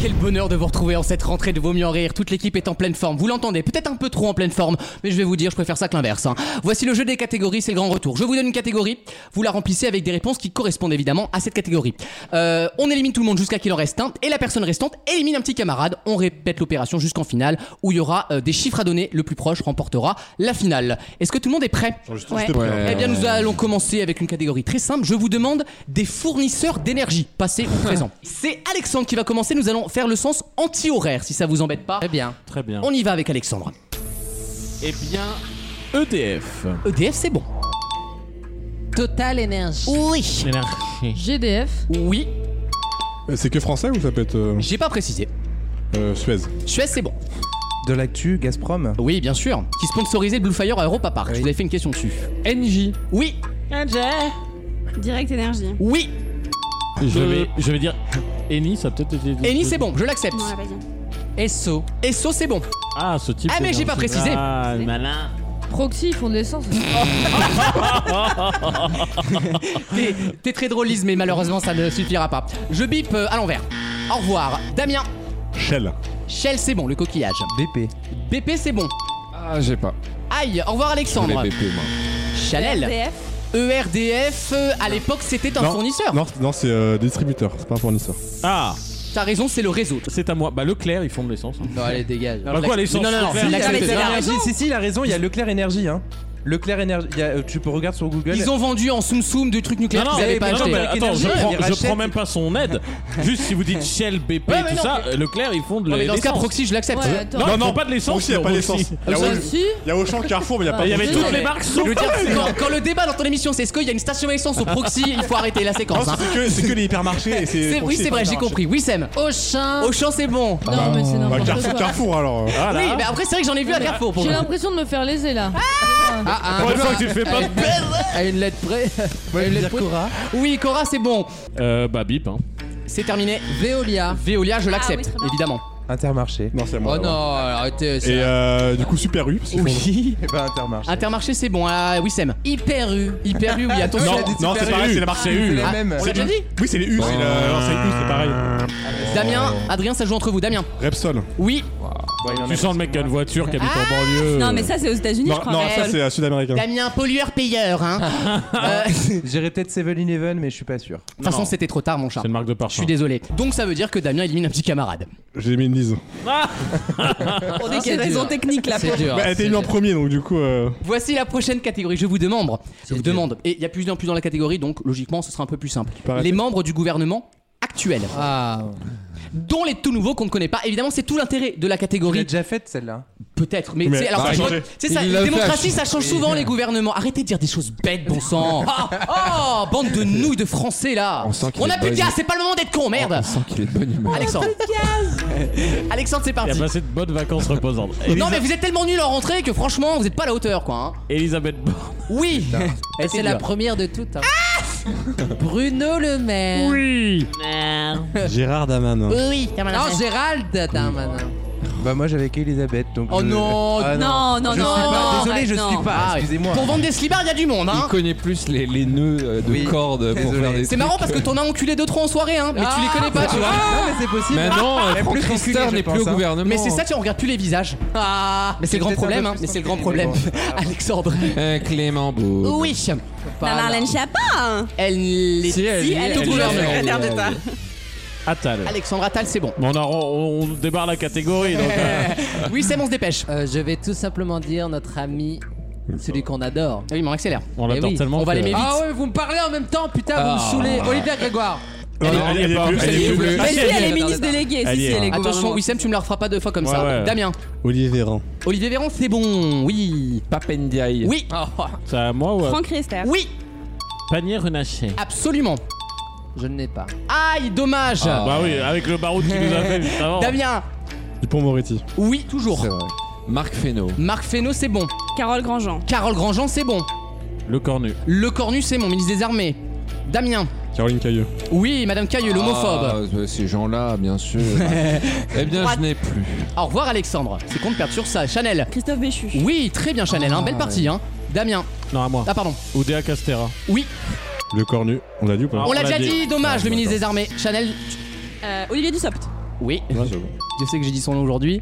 Quel bonheur de vous retrouver en cette rentrée de Vaut mieux en rire. Toute l'équipe est en pleine forme. Vous l'entendez, peut-être un peu trop en pleine forme, mais je vais vous dire, je préfère ça que l'inverse. hein. Voici le jeu des catégories, c'est le grand retour. Je vous donne une catégorie, vous la remplissez avec des réponses qui correspondent évidemment à cette catégorie. Euh, on élimine tout le monde jusqu'à qu'il en reste un, et la personne restante élimine un petit camarade. On répète l'opération jusqu'en finale, où il y aura euh, des chiffres à donner. Le plus proche remportera la finale. Est-ce que tout le monde est prêt
Juste-
Ouais.
juste après, hein.
eh bien, nous allons commencer avec une catégorie très simple. Je vous demande des fournisseurs d'énergie, passé ou présent. (laughs) C'est Alexandre qui va commencer. Nous allons faire le sens anti-horaire, si ça vous embête pas.
Très bien.
Très bien.
On y va avec Alexandre.
Eh bien,
E
EDF.
EDF, c'est bon.
Total énergie.
Oui.
GDF,
Oui.
Euh, C'est que français ou ça peut être euh,
J'ai pas précisé.
euh, Suez
Suez, c'est bon.
De l'actu, Gazprom.
Oui, bien sûr. Qui sponsorisait Blue Fire à Europa Park. Je vous avais fait une question dessus.
NJ.
Oui.
Direct énergie.
Oui.
Je
Euh,
vais, je vais dire Eni, ça a peut-être été.
Eni, c'est bon. Je l'accepte.
Non, on l'a pas dit.
SO.
Esso, c'est bon.
Ah, ce type.
Ah, mais j'ai pas
d'énergie.
précisé.
Ah, le malin.
Proxy, ils font de l'essence.
T'es- T'es très drôliste, mais malheureusement, ça ne suffira pas. Je bip euh, à l'envers. Au revoir. Damien.
Shell
Shell, c'est bon, le coquillage.
BP.
BP, c'est bon.
Ah, j'ai pas.
Aïe, au revoir
Je voulais
Alexandre.
BP, moi.
Chanel.
RDF.
ERDF, euh, à l'époque c'était un
Non,
fournisseur.
Non, c'est- non, c'est euh, distributeur, c'est pas un fournisseur.
Ah,
T'as raison, c'est le réseau.
c'est à moi. Bah, Leclerc, ils font de l'essence. hein.
Non, allez, dégage.
Bah, quoi, l'essence
Ah Non, non, non,
Leclerc
c'est
Il y a
l'accès-
Leclerc
c'est
Énergie. Si, si, il a raison, il y a Leclerc Énergie. Hein. Leclerc Énergie, il y a, euh, tu peux regarder sur Google.
Ils ont vendu en soum soum du truc nucléaire
Non, non,
qu'ils avaient
mais
pas
non,
acheté.
mais
Attends, je
Énergie,
prends,
ils
je
rachètent.
prends même pas son aide. Juste si vous dites Shell, BP
Ouais,
et
mais
tout
non,
ça, Leclerc ils font de
Non, mais dans ce cas,
l'essence.
Proxy, je l'accepte.
Ouais, attends. Non, non, pas de l'essence,
Proxy, il n'y a pas
Proxy.
d'essence.
Ah, ça,
Bah,
Il
si.
y a Auchan, Carrefour, mais
Ah,
il n'y a pas
Il y avait
d'essence.
toutes les marques
Je
sauf
veux dire,
Proxy.
quand, quand le débat dans ton émission, c'est est-ce qu'il y a une station essence au proxy, il faut arrêter la séquence.
Non,
hein.
c'est que- c'est que les hypermarchés et c'est
C'est- Oui,
proxy,
c'est vrai, j'ai
hypermarché.
compris. Oui, Sam.
Auchin.
Auchan, c'est bon.
Non, mais c'est
Bah,
n'importe
Carrefour,
quoi.
Carrefour alors. euh.
Ah,
Oui, bah, mais après, c'est vrai que j'en ai vu à Carrefour pour
J'ai
le coup.
l'impression de me faire léser là.
Ah,
Pour une fois que tu le fais pas.
(laughs) À une lettre près.
Moi, je vais dire
près.
Cora.
Oui, Cora, c'est bon.
Euh, bah bip. Hein.
C'est terminé.
Veolia.
Veolia, je
Ah oui,
l'accepte,
très bien.
évidemment.
Intermarché.
Non, c'est à
Oh
moi.
non, arrêtez.
Et
ça.
euh, du coup, Super U. parce qu'ils font-
Oui.
Eh
Et ben Intermarché.
Intermarché, c'est bon. Ah, oui, Sam.
Hyper U.
Hyper U, oui, attention.
Non, non, c'est pareil, c'est la Oh. marque
C'est U.
les
Ah,
mêmes.
on l'a déjà dit
Oui, c'est les U, c'est la- l'enseigne U, c'est pareil.
Damien, Adrien, ça joue entre vous. Damien.
Repsol.
Oui.
Tu sens le mec qui a une voiture, qui habite
Ah.
en banlieue.
Non, mais ça, c'est aux États-Unis, je
Non,
crois.
non,
mais-
ça c'est euh, sud-américain.
Damien, pollueur-payeur. Hein. (laughs) Euh, de
J'irai peut-être 7-Eleven, mais je suis pas sûr.
toute façon,
Non.
c'était trop tard, mon chat.
C'est une marque de
Je suis
parfum.
désolé. Donc ça veut dire que Damien élimine un petit camarade.
J'ai mis une lise.
Pour des raisons techniques, là.
C'est dur.
Bah, elle était
c'est
émise en
dur.
premier, donc du coup. euh,
Voici la prochaine catégorie. Je vous demande. Je vous demande. Et il y a plus en plus dans la catégorie, donc logiquement, ce sera un peu plus simple.
parais-
Les membres du gouvernement actuel,
Ah.
dont les tout nouveaux qu'on ne connaît pas. Évidemment, c'est tout l'intérêt de la
Tu l'as
catégorie.
déjà faite celle-là
Peut-être, mais,
Mais
c'est
bah,
alors
ça a
c'est-
changé.
c'est ça,
Il
la
l'a fait
démocratie
à-
ça change souvent les gouvernements. Arrêtez de dire des choses bêtes, bon
(laughs)
sang. Oh, bande de nouilles de français là.
On sent qu'il
a
est
plus de
pas
gaz,
une-
c'est pas le moment d'être con, merde.
On sent qu'il est de bonne humeur.
Alexandre. (laughs) Alexandre, c'est
Il a
parti.
passé Eh ben, de bonnes vacances reposantes.
Non
Elisa-
mais vous êtes tellement nuls en rentrée que franchement, vous êtes pas à la hauteur quoi. hein.
Elisabeth Borne.
Oui. (laughs) Ah
Et c'est la première de toutes. hein. Bruno Le Maire.
Oui.
Gérard Daman.
Oui.
Non, Gérald Darmanin.
Bah moi j'avais qu'Elisabeth donc.
Oh
je-
non,
Ah
Non, non,
Je
non,
suis pas,
non,
désolé, je
non.
suis pas,
Ah ouais.
excusez-moi.
Pour vendre des slibards, il y a du monde hein.
Il connaît plus les, les nœuds euh, de
Oui,
cordes pour
désolé.
faire des
C'est marrant parce que t'en as enculé deux trois en soirée hein, mais tu les connais pas, tu vois.
Non Ah mais c'est possible.
Maintenant, euh,
Elle est
Franck
plus reculée,
Rister
je
n'est plus
pense,
au
hein.
gouvernement.
Mais c'est ça, tu on regarde plus les visages. Ah, mais c'est le grand
peut-être un
problème,
peu
hein.
plus
Mais c'est le grand
compliqué,
problème. (laughs)
mais
Alexandre.
Euh, Clément Beau.
Oui.
La Marlène Chapin
Elle est.
Si, elle y est,
elle est
elle
toujours
y est, elle y est,
secrétaire
elle y est.
d'État.
Attal.
Alexandre Attal, c'est bon.
Mais on, a- on- on débarre la catégorie. Donc, euh,
Oui, c'est bon, on se dépêche.
Euh, je vais tout simplement dire notre ami, celui qu'on adore.
Ah oui, mais on accélère.
on
Mais
l'adore
oui,
tellement.
on va
que-
l'aimer vite.
Ah ouais, vous me parlez en même temps, putain, vous me
Ah.
saoulez. Olivier Grégoire.
Non,
Elle est-
elle est
elle est
plus,
pas-
elle est plus.
Ah,
Mais
si,
lui,
elle est-
elle est ministre
elle
déléguée.
Elle
Si,
y
si,
est,
elle est
hein.
Attention,
gouvernement.
Wissem, tu me la referas pas deux fois comme ça.
Ouais, ouais.
Damien.
Olivier Véran.
Olivier Véran, c'est bon. Oui.
Papendiaï.
Oui.
C'est à moi ou à
Franck Riester.
Oui,
Panier Renaché
absolument.
Je ne l'ai pas.
Aïe, dommage.
Ah.
Bah oui, avec le baroud qui nous a fait juste avant.
Damien.
Dupont Moretti.
Oui, toujours.
C'est vrai. Marc Fesneau.
Marc Fesneau, c'est bon.
Carole Grandjean.
Carole Grandjean, c'est bon.
Le cornu.
Le Cornu, c'est mon ministre des Armées. Damien.
Caroline Cailleux.
Oui, Madame Cailleux, l'homophobe.
Ah, ces gens-là, bien (laughs) sûr. eh bien, je n'ai plus.
Au revoir, Alexandre. C'est con de perdre sur ça. Chanel.
Christophe Béchu.
Oui, très bien, Chanel. hein. Belle partie, hein. Damien.
Non, à moi.
Ah, pardon.
Oudéa Castera.
Oui,
Le Cornu. On l'a dit ou pas
Ah,
on,
on
l'a
l'a
déjà dit.
dit.
Dommage, le
Ah, je
ministre des Armées. Chanel. tu-
Euh, Olivier Dussopt.
Oui. Je sais que j'ai dit son nom aujourd'hui.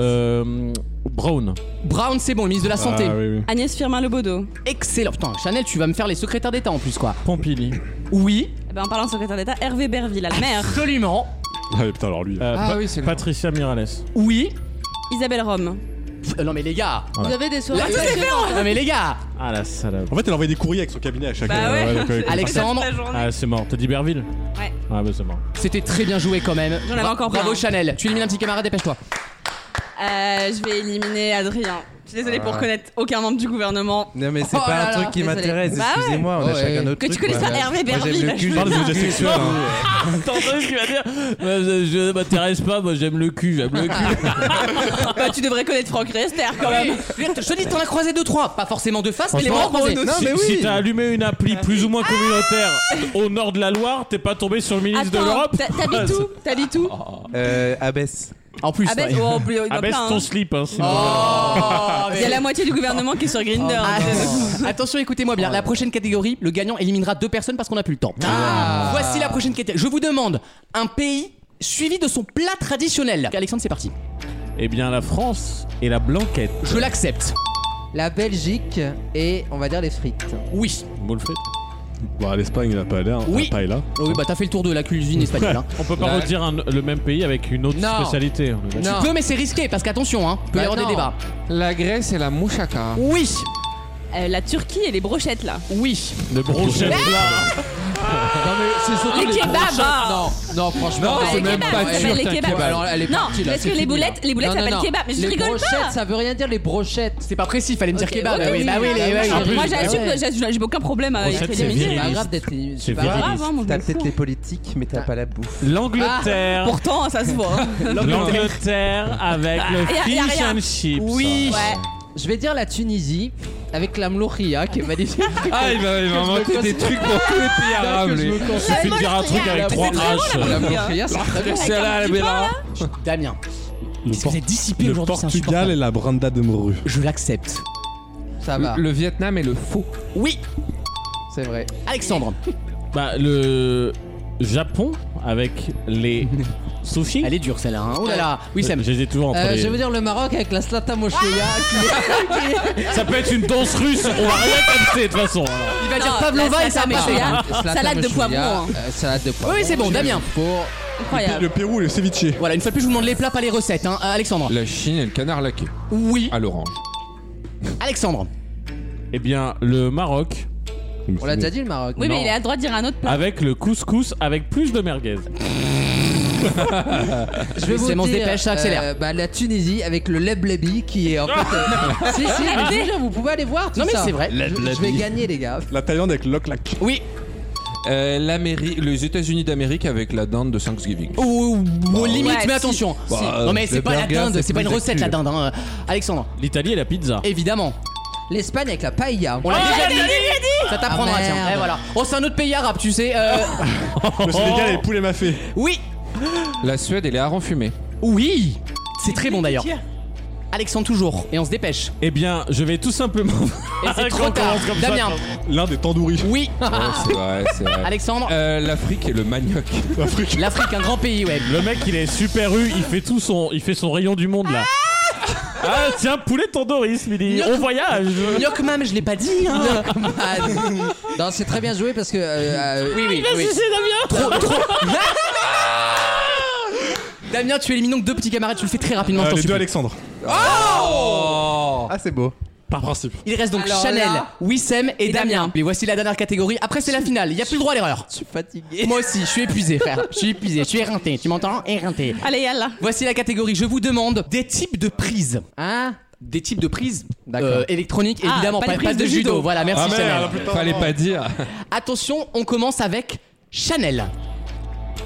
Euh, Brown.
Brown, c'est bon, le ministre de la Santé.
Ah, oui, oui.
Agnès Firmin-Lebaudot.
Excellent. Putain, Chanel, tu vas me faire les secrétaires d'État en plus, quoi.
Pompili.
Oui,
Eh ben, en parlant de secrétaire d'État, Hervé Berville, à la maire.
absolument.
Ah, putain, alors lui.
Euh,
Ah
Pa-
oui, c'est le-
Patricia Mirales.
Oui.
Isabelle Rome.
Pff, euh, non, mais les gars.
Vous avez des soirées.
Là, non, mais les gars.
Ah la salope.
En fait, elle envoyait des courriers avec son cabinet à chaque. euh,
Bah ouais.
donc, avec-
Alexandre,
Ah, c'est mort. T'as dit Berville
Ouais.
Ah, bah c'est mort.
c'était très bien joué quand même.
J'en avais
Bra-
encore
Bravo,
plein. hein.
Chanel. Tu élimines un petit camarade, dépêche-toi.
Euh, je vais éliminer Adrien. Je suis désolée pour connaître aucun membre du
(laughs)
gouvernement.
Non mais c'est
Oh
pas
là
un
là,
truc qui
désolé.
m'intéresse,
Bah ouais.
excusez-moi, on a
Ouais.
chacun notre
Que tu
truc.
connais
quoi.
ça, Hervé
Moi, j'aime
Berville.
le
je-
(laughs)
cul,
Je parle des objets sexuels. hein.
T'as entendu ce qu'il va dire Bah, Je, je m'intéresse pas, moi j'aime le cul, j'aime le cul.
Bah, tu devrais connaître Franck Riester quand même.
Oui, Euh, je te dis, t'en as croisé deux, trois. Pas forcément de face, mais les bras
oh,
Franchement,
croisés.
Non
si
mais oui
si t'as allumé une appli
Ah,
plus ou moins communautaire au nord de la Loire, t'es pas tombé sur le ministre de
Attends,
l'Europe
t'as- t'as dit tout T'as dit tout
Euh, Abbesse.
En plus,
Ah ben,
ouais.
oh, il y en a
Abaisse
plein, hein.
ton slip, hein, sinon.
Oh,
Il y a la moitié du gouvernement qui est sur Grindr.
Ah, Attention, écoutez-moi bien. La prochaine catégorie, le gagnant éliminera deux personnes parce qu'on n'a plus le temps.
Ah.
Voici la prochaine catégorie. Je vous demande un pays suivi de son plat traditionnel. Alexandre, c'est parti.
Eh bien, la France et la blanquette.
Je l'accepte.
La Belgique et on va dire les frites.
Oui.
Wolfried.
Bah, l'Espagne, elle a pas l'air.
Oui.
La paella.
Oh oui, bah t'as fait le tour de la cuisine espagnole. hein.
On peut pas
Là.
redire un- le même pays avec une autre
Non.
spécialité. on est d'accord.
(laughs) Non.
Tu peux, mais c'est risqué parce qu'attention, hein. Peut
Bah
y avoir
non.
des débats.
La Grèce et la mouchaka.
Oui.
euh, la Turquie et les brochettes là.
Oui.
Les brochettes
là.
Non, mais c'est surtout
Les
les
kebabs,
brochettes,
hein.
Non, non, franchement,
Non, les
c'est même
kebabs,
pas
ça s'appelle
sûr,
les
t'as un
kebabs.
kebab. Alors, elle est
Non,
partie, là,
parce
c'est
que les
fini,
boulettes-
là.
les boulettes
Non, non,
s'appellent
non.
kebab, mais je
Les
rigole pas.
brochettes, ça veut rien dire, les brochettes.
C'est pas précis, fallait me dire
Ok,
kebab.
ok,
bah oui, bah oui,
oui,
les-
bah
oui,
oui,
oui.
Moi
bah
j'assume
ouais.
que j'ai j'ai aucun problème à être
Brochettes,
c'est
éliminé.
C'est pas
viriliste.
grave d'être éliminé,
C'est
c'est pas grave.
viriliste. Ah, vraiment,
T'as
je
peut-être les politiques, mais t'as pas la bouffe.
L'Angleterre.
Pourtant, ça se voit. hein.
(laughs)
L'Angleterre avec le
Ah, y a- y a
fish
rien.
and chips.
Ouais. Je vais dire la Tunisie avec la Mlouria qui est
(laughs)
magnifique.
Ah, il va- il va inventer des trucs pour tous les pays arabes, lui. Il suffit de dire un truc avec trois H.
La Mlouria, c'est très bien.
C'est là, elle est là.
Damien. Qu'est-ce que vous êtes dissipé
Le
aujourd'hui c'est
Portugal et la Branda de Moru.
Je l'accepte.
Ça va.
Le Vietnam et le faux.
Oui.
C'est vrai.
Alexandre.
Bah, le Japon avec les sushis.
Elle est dure celle-là. Hein. Oh là là. Oui, Sam.
J'étais toujours entre
Euh,
les.
je veux dire le Maroc avec la Slata Moshea qui
Ça peut être une danse russe, on va rien capter de toute façon.
Il va dire Pavlova et ça
Par contre, Zlatan
Salade de
Moshea,
poivron. hein.
euh, salade de poivron.
Oui, c'est bon,
je
Damien.
le pour-
Incroyable.
Pérou et le ceviche.
Voilà, une fois de plus, je vous demande les plats, pas les recettes. Hein. Euh, Alexandre.
La Chine et le canard laqué.
Oui.
À l'orange.
Alexandre.
Eh bien, le Maroc.
On l'a déjà dit le Maroc.
Oui,
Non.
mais il a le droit de dire un autre plat.
Avec le couscous avec plus de merguez.
Je vais vous
C'est bon, on se
dire,
dépêche, ça accélère.
euh, bah, la Tunisie avec le leblebi qui est en fait.
(laughs)
euh, si, si, mais je vous jure, vous pouvez aller voir tout
Non, mais
ça.
c'est vrai.
Je, je vais
Leblebi.
gagner, les gars.
La Thaïlande avec l'Oklak.
Oui.
Euh, l'Amérique- les États-Unis d'amérique avec la dinde de Thanksgiving.
Oh, bon, limite,
Ouais,
mais
si,
attention.
si. Bah,
non, mais
euh,
c'est
le
pas la
burger,
dinde,
c'est
c'est pas une
plus
recette la
actuel.
dinde. hein. Euh, Alexandre.
L'Italie et la pizza.
Évidemment.
L'Espagne avec la paella.
On l'a déjà Oh, dit. Ça t'apprendra,
Ah, merde.
tiens. Eh, voilà. Oh, c'est un autre pays arabe, tu sais. (laughs) euh,
Le Sénégal et les poulets mafés.
oui.
La Suède et les harengs fumés.
Oui. C'est très bon d'ailleurs. Alexandre toujours. Et on se dépêche.
Eh bien, je vais tout simplement. (laughs)
Et c'est
Quand
trop
on
tard.
commence comme ça,
Damien.
L'Inde est tandoori.
Oui. (laughs)
Ouais, c'est vrai, c'est vrai.
Alexandre.
Euh, L'Afrique et le manioc.
L'Afrique.
L'Afrique, un grand pays, ouais.
Le mec, il est super eu, il fait tout son, il fait son rayon du monde là. Ah tiens, poulet tandoori ce midi. On voyage.
York, même, je l'ai pas dit. Hein.
Ah,
(laughs)
non, c'est très bien joué parce que. euh, euh,
Oui, oui, oui. Trop, trop. (laughs) Damien, tu élimines donc deux petits camarades, tu le fais très rapidement. je t'en
les deux
supplie.
Alexandre.
Ah, c'est beau.
Par principe.
Il reste donc
Alors
Chanel,
là-
Wissem et, Damien. Et voici la dernière catégorie. Après, c'est la finale. Il n'y a plus le droit à l'erreur.
Je suis fatigué.
Moi aussi, je suis épuisé, frère. Je suis épuisé, je suis éreinté. Tu m'entends Éreinté.
Allez, yalla.
Voici la catégorie. Je vous demande des types de prises.
Hein
Des types de prises
D'accord.
euh, électroniques,
Ah,
évidemment,
pas
pas,
les
pas
prises
de
de
judo.
judo.
Voilà, merci Chanel.
Ah, Fallait pas dire.
Attention, on commence avec Chanel.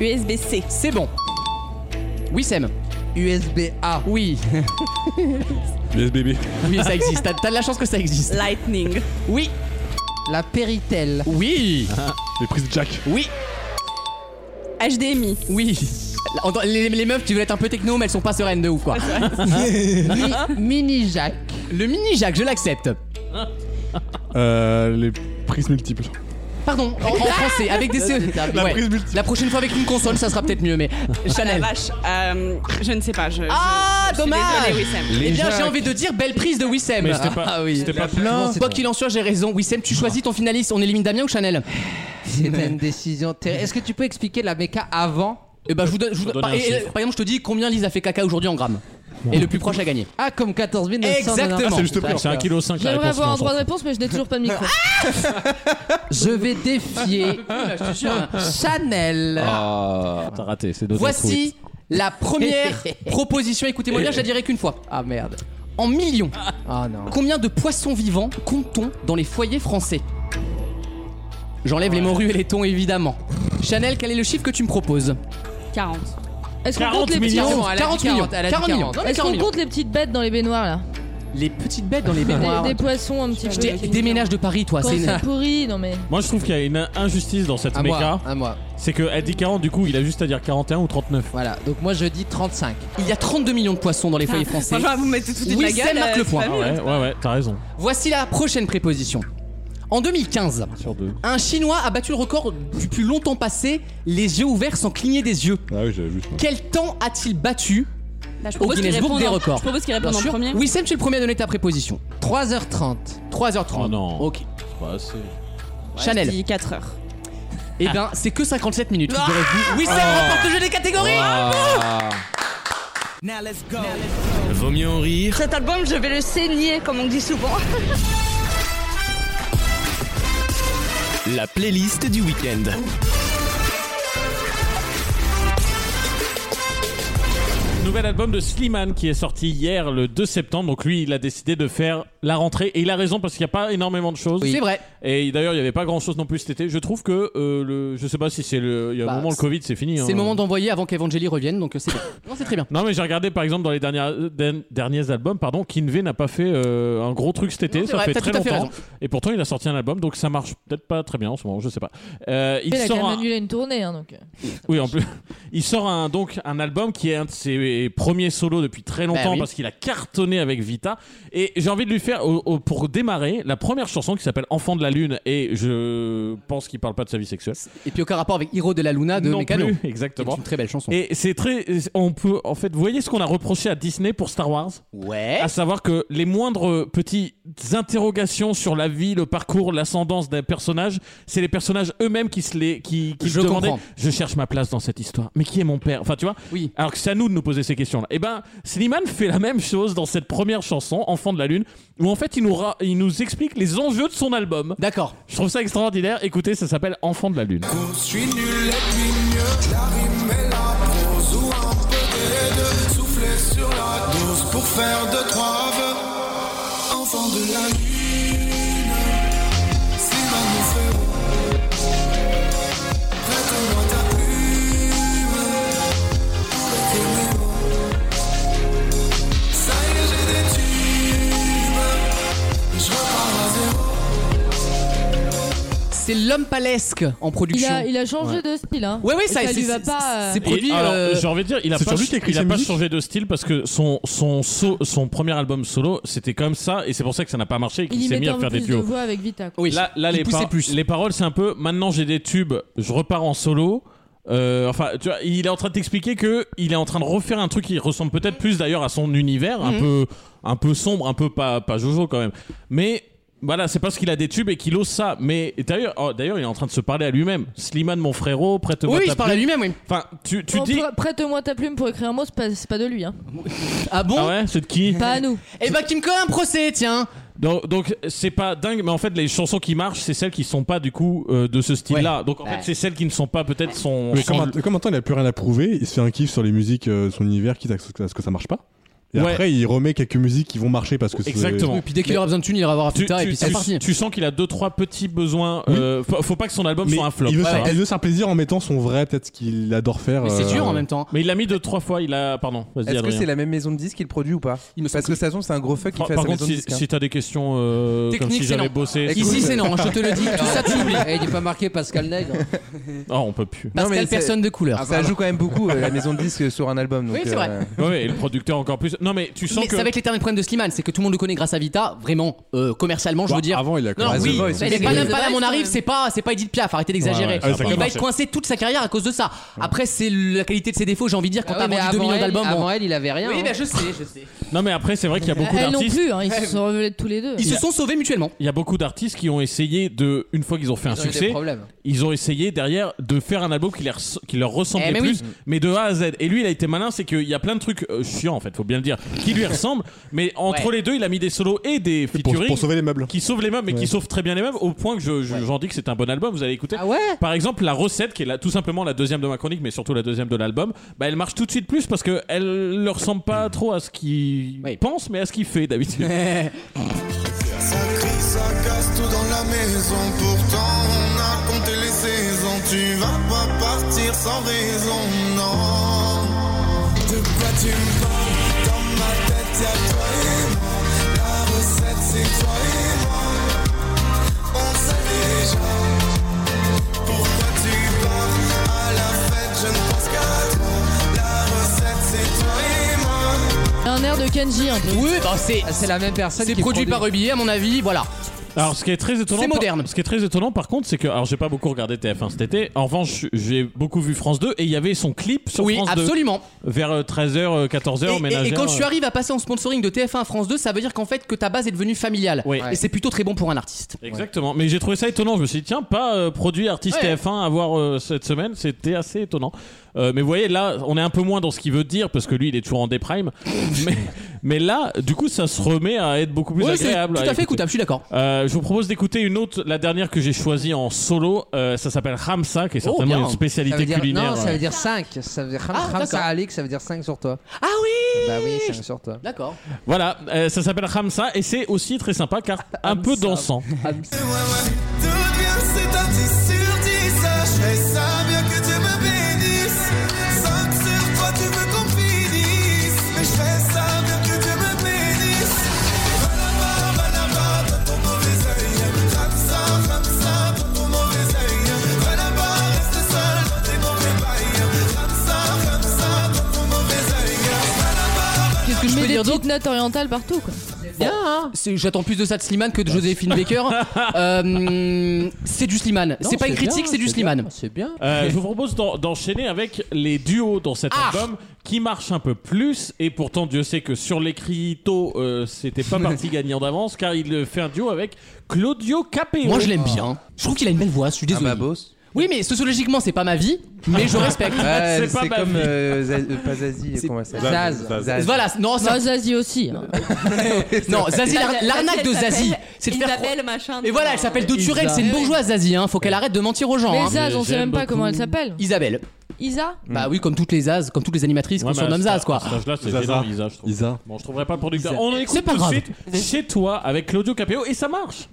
USB-C.
C'est bon. Wissem.
USB-A.
Oui, (laughs)
Les bébés.
oui, ça existe. T'as- T'as de la chance que ça existe.
Lightning.
Oui,
La Péritel.
oui,
Les prises Jack.
oui,
HDMI.
oui. Entends, Les, les meufs, tu veux être un peu techno, mais elles sont pas sereines de ouf, quoi. (laughs)
Mini Jack.
Le mini Jacques, je l'accepte.
Euh, les prises multiples.
Pardon, en, en français, avec des CE.
La
Ouais.
prise multiple.
La prochaine fois avec une console, ça sera peut-être mieux, mais
La
Chanel.
vache. euh, je ne sais pas. Je, je-
Ah,
je suis
dommage.
désolée, Wissem.
Eh
Les
bien, j'ai
Jacques.
envie de dire belle prise de Wissem.
Mais c'était pas-
ah oui.
c'était pas
plein.
Quoi qu'il en soit, j'ai raison. Wissem, tu choisis ton finaliste. On élimine Damien ou Chanel
C'était une décision terrible. Est-ce que tu peux expliquer la méca avant
Eh ben, je vous donne. je vous
Je vais
donne- par,
donner un
et-
chiffre.
et- par exemple, je te dis combien Lise a fait caca aujourd'hui en grammes. Et le plus proche a gagné.
Ah, comme 14 999.
Exactement.
C'est juste pris.
Ah, C'est 1,5 kg.
J'aimerais avoir un droit de réponse, mais je n'ai toujours pas de micro.
Je vais
(laughs)
défier
hein.
Chanel.
Ah,
T'as raté, c'est d'autres
Voici la (laughs) première proposition. Écoutez-moi bien, je la dirai qu'une fois.
Ah merde.
En millions,
Ah non.
combien de poissons vivants compte-t-on dans les foyers français J'enlève les morues et les thons, évidemment. Chanel, quel est le chiffre que tu me proposes
40.
Est-ce qu'on
40
compte les petites
millions.
elle a dit
40
40,
millions.
elle a dit
40 millions.
40.
Non, mais 40
Est-ce qu'on
millions.
compte les petites bêtes dans les baignoires là
Les petites bêtes dans les
Des-
baignoires.
Des poissons un petit
Ah. Je
peu.
t'ai- Déménage de Paris, toi.
Quand
c'est une-
c'est pourri, non mais.
Moi, je trouve qu'il y a une injustice dans cette
À
méca.
moi. À moi.
C'est que elle dit 40, du coup, il a juste à dire 41 ou 39.
Voilà. Donc moi je dis 35.
Il y a 32 millions de poissons dans les foyers français.
Franchement, vous mettez tout de suite
Oui,
la
Sam
gueule.
marque
euh,
le
c'est
point. hein.
pas
Ah Ouais,
mieux.
ouais, ouais, t'as raison.
Voici la prochaine préposition. En 2015,
Sur deux.
un Chinois a battu le record du plus longtemps passé, les yeux ouverts sans cligner des yeux.
Ah oui, j'avais vu.
Quel temps a-t-il battu
Bah, je
au
propose qu'il
Guinness Book
réponde
des
en-
records
Je propose qu'il
Bien
réponde en
sûr.
premier.
Oui, Sam, tu es le premier à donner ta préposition.
3h30.
3h30.
Oh non.
Ok.
C'est pas assez.
Chanel.
Je dis 4 heures.
Eh ben, c'est que 57 minutes. Oh. figurez-vous. Oui, Sam remporte Ah. le jeu des catégories.
Ah.
Vaut mieux en rire
Cet album, je vais le saigner, comme on dit souvent.
La playlist du week-end.
Ah,
Nouvel album de Slimane qui est sorti hier le 2 septembre. Donc lui, il a décidé de faire la rentrée et il a raison parce qu'il n'y a pas énormément de choses.
Oui. C'est vrai.
Et d'ailleurs, il n'y avait pas grand chose non plus cet été. Je trouve que euh, le, je sais pas si c'est le, il y a
Bah,
un moment le
c'est-
Covid, c'est fini.
C'est
hein.
le moment d'envoyer avant qu'Evangélie revienne, donc euh, c'est bon. (laughs) Non, c'est très bien.
Non mais j'ai regardé par exemple dans les dernières, euh, den- derniers albums, pardon, Kinvey n'a pas fait euh, un gros truc cet été,
Non, c'est
ça
vrai,
fait
t'as
très
tout à fait
longtemps.
raison.
Et pourtant il a sorti un album, donc ça marche peut-être pas très bien en ce moment, je sais pas. Euh,
Il
il
a quand
sort
même
un-
annulé une tournée, hein, donc. euh.
oui, en plus, il sort un, donc un album qui est un de ses euh, premiers solos depuis très longtemps
Bah oui.
parce qu'il a cartonné avec Vita. Et j'ai envie de lui faire, au- au- pour démarrer, la première chanson qui s'appelle Enfant de la Lune. Et je pense qu'il parle pas de sa vie sexuelle.
Et puis aucun rapport avec Hiro de la Luna de
non
Mécano.
plus, exactement.
C'est une très belle chanson.
Et c'est très. On peut. En fait, vous voyez ce qu'on a reproché à Disney pour Star Wars
Ouais.
À savoir que les moindres petites interrogations sur la vie, le parcours, l'ascendance d'un personnage, c'est les personnages eux-mêmes qui se les. qui, qui
Je
se demandaient.
comprends.
Je cherche ma place dans cette histoire. Mais qui est mon père Enfin, tu vois
Oui.
Alors que c'est à nous de nous poser ces questions-là. Et ben, Slimane fait la même chose dans cette première chanson, Enfant de la Lune, où en fait, il nous, ra- il nous explique les enjeux de son album.
D'accord.
Je trouve ça extraordinaire. Écoutez, ça s'appelle Enfant de la Lune.
Je suis nul et puis mieux, la rime et la prose ou un peu des deux. Souffler sur la dose pour faire de trois vœux. Enfant de la lune, c'est ma nouvelle. Prête-moi ta plume pour écrire mes mots. Ça y est, j'ai des tubes, je repars à zéro.
C'est l'homme palesque en
Il
production.
a, il a changé de style, hein.
Ouais, ouais,
Et
ça-
lui
c'est-
va pas. euh,
c'est- produit,
Et alors,
euh,
j'ai envie de dire, il a
c'est
pas,
sur lui qui a écrit
il a
ses
pas
musiques
changé de style parce que son, son, so- son premier album solo, c'était comme ça et c'est pour ça que ça n'a pas marché et
Il
qu'il
y
s'est
met
mis à
un peu
faire des
plus de
duos.
voix avec Vita. quoi.
Oui.
Là, là,
Il
les,
poussait
par-
plus.
les paroles, c'est un peu maintenant j'ai des tubes, je repars en solo. Euh, enfin, tu vois, il est en train de t'expliquer que il est en train de refaire un truc qui ressemble peut-être plus d'ailleurs à son univers, un
Mhm.
peu, un peu sombre, un peu pas, pas Jojo quand même. Mais voilà, c'est parce qu'il a des tubes et qu'il ose ça. Mais d'ailleurs, oh, d'ailleurs, il est en train de se parler à lui-même. Slimane, mon frérot, prête-moi
Oui,
ta
je parle à
plume.
lui-même, oui.
Enfin, tu, tu
Bon,
dis.
pr- Prête-moi ta plume pour écrire un mot, c'est pas, c'est pas de lui, hein.
Ah bon
Ah ouais, c'est de qui
Pas à nous.
Eh bah, qui me colle un procès, tiens
Donc, donc, c'est pas dingue, mais en fait les chansons qui marchent, c'est celles qui sont pas du coup euh, de ce style-là. Donc en
Ouais.
fait c'est celles qui ne sont pas peut-être son.
Mais
son-
comme, un- comme maintenant, il a plus rien à prouver, il se fait un kiff sur les musiques, euh, son univers, quitte à ce que, à ce que ça marche pas. Et
Ouais.
après, il remet quelques musiques qui vont marcher parce que c'est-
Exactement.
Et puis dès qu'il aura besoin de thunes, il ira voir
Tu,
Vita et
tu-
puis c'est
tu-
parti.
tu sens qu'il a deux trois petits besoins. euh, faut, faut pas que son album
Mais
soit un flop.
il veut,
ça,
faire,
hein.
il veut se faire plaisir en mettant son vrai, peut-être ce qu'il adore faire.
Mais c'est
euh,
dur en même temps.
Mais il l'a mis deux trois fois. Il a pardon. Vas-y
Est-ce que
Adrien.
c'est la même maison de disques qu'il produit ou pas
Il me semble
Parce que ça c'est un gros fuck qui
Par,
fait à
par
sa
contre,
maison de
si,
disques. hein.
si t'as des questions euh, comme
Technique,
si
c'est
j'avais
non.
bossé,
Écoute,
Ici, c'est non, je te le dis. Tout ça,
(laughs)
tu oublies.
Eh, il n'est pas marqué Pascal Nègre.
oh, on
(laughs)
peut plus.
Non, mais
Pascal,
c'est-
personne de couleur.
Ah, Ça
Ah,
joue quand même beaucoup euh, la maison de disques sur un album. donc,
Oui, c'est vrai.
euh,
Ouais, ouais, et le producteur encore plus. Non mais tu sens
Mais
que
c'est avec l'éternel problème de Slimane, c'est que tout le monde le connaît grâce à Vita, vraiment, euh, commercialement, je veux
bah,
ah,
dire.
Avant, il a
Non,
The
oui,
Voice
mais les
aussi.
Panam
The
Panam
Voice,
on arrive,
ouais.
c'est pas, c'est pas Edith Piaf, arrêtez d'exagérer.
Ouais, ouais, ça a pas
il va
marché.
être coincé toute sa carrière à cause de ça. Après, c'est la qualité de ses défauts, j'ai envie de dire, quand
Bah
t'as
oui, mais
vendu 2
avant
millions
elle-
d'albums. bon.
Avant elle, il avait rien.
Oui,
hein.
bah je sais, je sais.
non mais après c'est vrai
Euh,
qu'il y a beaucoup
Elles non
d'artistes.
plus, hein, ils se sont révélés tous les deux.
Ils se sont sauvés mutuellement.
Il y a beaucoup d'artistes qui ont essayé de une fois qu'ils ont fait un
Ils ont eu des
succès,
problèmes.
ils ont essayé derrière de faire un album qui, les res- qui leur ressemblait
Eh, mais
plus, mais de A à Z. Et lui, il a été malin, c'est qu'il y a plein de trucs euh, chiants, en fait, faut bien le dire,
(laughs)
qui lui ressemblent, mais entre
Ouais.
les deux, il a mis des solos et des
pour,
featuring
pour sauver les meubles.
qui sauvent les meubles, mais qui sauvent très bien les meubles, au point que je- je- j'en dis que c'est un bon album, vous allez écouter.
Ah ouais
Par exemple, la recette, qui est la- tout simplement la deuxième de ma chronique, mais surtout la deuxième de l'album, bah, elle marche tout de suite plus parce qu'elle ne ressemble
Hmm.
pas trop à ce qu'il
Oui.
pense, mais à ce qu'il
(laughs)
fait d'habitude.
Ça crie, ça casse tout dans la maison. Pourtant, on a compté les saisons. Tu vas pas partir sans raison, non. De quoi tu me parles Dans ma tête, y'a toi et moi. La recette, c'est toi et moi. On sait déjà. Pourquoi tu pars à la fête Je ne pense qu'à toi. La recette, c'est toi et moi.
Un air de Kenji un peu.
Oui, bah c'est.
Ah, C'est la même personne.
C'est
qui
produit par Ruby, à mon avis, voilà.
Alors, ce qui est très étonnant,
C'est
par-
moderne.
ce qui est très étonnant, par contre, c'est que, alors, j'ai pas beaucoup regardé TF1 cet été. En revanche, j'ai beaucoup vu France 2 et il y avait son clip sur
Oui,
France 2
absolument.
vers euh, 13h,
Et,
14h,
et-
ménagère.
et quand tu arrives à passer en sponsoring de TF1 à France 2, ça veut dire qu'en fait que ta base est devenue familiale.
Oui.
Et c'est plutôt très bon pour un artiste.
Exactement, mais j'ai trouvé ça étonnant. Je me suis dit, tiens, pas euh, produit artiste
Ouais.
TF1 à voir euh, cette semaine, c'était assez étonnant. Euh, mais vous voyez, là, on est un peu moins dans ce qu'il veut dire parce que lui, il est toujours
(laughs)
en déprime. mais, mais là, du coup, ça se remet à être beaucoup plus
Ouais, c'est
agréable.
tout à fait écoutable, je suis d'accord.
Euh, je vous propose d'écouter une autre, la dernière que j'ai choisie en solo. Euh, ça s'appelle Ramsa, qui est certainement une
Ça
spécialité
veut dire- Non,
culinaire.
ça veut dire 5. Ça veut dire Ham-
Ah,
Hamza
d'accord.
Alik, ça veut dire 5 sur toi.
Ah oui
Bah oui, 5 sur toi.
(laughs) D'accord.
Voilà, euh, ça s'appelle Ramsa et c'est aussi très sympa car un peu dansant.
Tout bien, c'est un 10 sur 10. Je fais ça bien que Dieu me bénisse. 5 sur toi, tu veux qu'on finisse. Mais je fais ça bien que Dieu me bénisse. Va là-bas, va là-bas, dans ton mauvais œil. Comme ça, comme ça, dans ton mauvais œil. Va là-bas, reste seul dans tes mauvais bails. Comme ça, comme ça, dans ton mauvais œil. Va là-bas,
Qu'est-ce que je
peux
mets des
dire
petites notes orientales partout quoi.
Bien, J'attends plus de ça de Slimane que de Joséphine
(laughs)
Baker. Euh, c'est du Slimane. C'est pas une critique, c'est du Slimane.
C'est bien.
(laughs)
Euh, je vous propose d'en- d'enchaîner avec les duos dans cet album qui marchent un peu plus et pourtant Dieu sait que sur l'écrit euh, c'était pas parti gagnant d'avance car il euh, fait un duo avec Claudio Capéo.
Moi, je l'aime bien. Je trouve qu'il a une belle voix, je
Ah,
suis
bah,
désolé. Oui, mais sociologiquement, c'est pas ma vie, mais je respecte.
Ouais, c'est comme euh, Zaz- euh, pas Zazie, comment elle s'appelle
Zaz. Voilà, non, ça-
Bah, Zazie aussi. hein.
Non, Zazie,
Zazie,
l'ar- l'arnaque de
elle s'appelle
Zazie, c'est de faire
Isabelle machin.
Et voilà, elle s'appelle Doturel,
Isa.
c'est une bourgeoise Zazie, hein. faut qu'elle arrête de mentir aux gens.
Mais
hein.
Zaz, on sait même pas comment elle s'appelle.
Isabelle.
Isa
Bah oui, comme toutes les Zaz, comme toutes les animatrices qu'on
Mm. Ouais, mais à
surnomme
ce-
Zaz, quoi.
à ce âge-là, c'est
Zaza.
énorme, Isa, je trouve. Bon, je trouverai pas le producteur.
Isa.
On en
C'est
écoute
pas
tout de
grave.
suite chez toi avec Claudio Capéo et ça marche.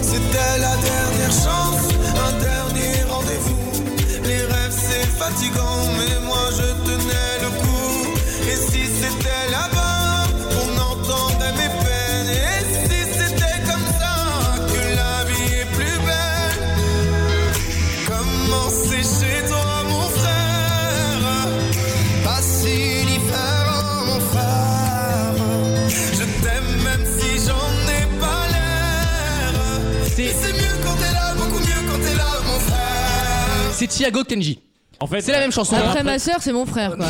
C'était la dernière chance, un dernier rendez-vous. Les rêves c'est fatigant, mais moi je tenais le coup. Et si c'était là-bas, on entendrait mes peines. Et si c'était comme ça, que la vie est plus belle. Commencez chez toi, mon frère. Passe l'hiver en mon frère. Je t'aime même si j'en ai pas l'air. Et C'est mieux quand t'es là, beaucoup mieux quand t'es là, mon frère.
C'est Tiago Kenji.
En fait,
C'est la même chanson.
Après ma sœur, c'est mon frère quoi.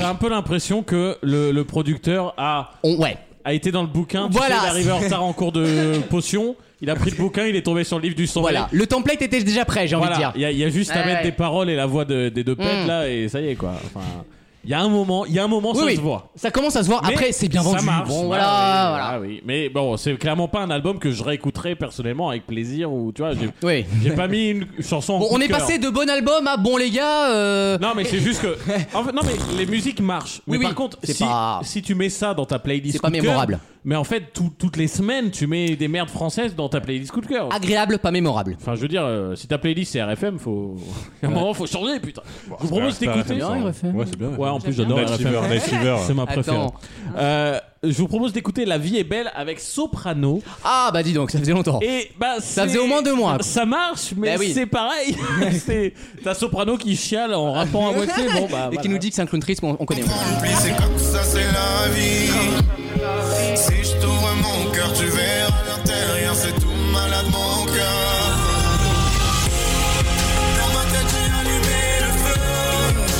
T'as un peu l'impression que le, le producteur a,
ouais.
a été dans le bouquin, tu
Voilà.
sais, il est arrivé en retard en cours de potion, il a pris le bouquin, il est tombé sur le livre du sang.
Voilà, le template était déjà prêt, j'ai envie de dire.
Voilà, il y, a- il y a juste à
Ouais,
mettre
ouais.
des paroles et la voix de- des deux potes
Mm.
là et ça y est quoi. Enfin, il y a un moment, il y a un moment
Oui,
ça
oui.
se voit.
Ça commence à se voir.
Mais
Après, c'est bien
ça
vendu.
marche.
Bon,
oui,
voilà, voilà.
oui. Mais bon, c'est clairement pas un album que je réécouterais personnellement avec plaisir ou tu vois, j'ai
Oui.
j'ai pas mis une chanson. en
Bon,
coup
on
de
est
cœur.
passé de bon album à bon les gars. euh,
Non mais c'est juste que en fait, non mais les musiques marchent. Mais
Oui,
par
oui.
contre,
C'est
si,
pas-
si tu mets ça dans ta playlist,
C'est pas
coup de cœur,
mémorable.
Mais en fait, tout- toutes les semaines, tu mets des merdes françaises dans ta playlist coup de cœur.
Agréable, pas mémorable.
Enfin, je veux dire, euh, si ta playlist c'est RFM, faut. (laughs) À un moment, faut changer, putain. je vous propose
c'est
d'écouter.
bien,
Ouais,
RFM. Ouais, c'est bien,
Ouais, en plus,
J'aime
j'adore
bien. Night
RFM.
Fever, Night
(laughs)
Fever.
C'est ma
Attends.
préférée. Euh, je vous propose d'écouter La vie est belle avec Soprano.
Ah, bah dis donc, ça faisait longtemps.
Et bah,
Ça
c'est-
faisait au moins deux mois.
Ça marche, mais
Bah oui. (laughs)
c'est pareil. c'est t'as Soprano qui chiale en rappant à moitié. Bon, bah.
Et qui
voilà.
nous dit que c'est un clown triste, on, on connaît.
Puis c'est comme ça, c'est la vie. Si je t'ouvre mon cœur, tu verras l'intérieur, c'est tout malade mon cœur. Dans ma tête, j'ai allumé le feu.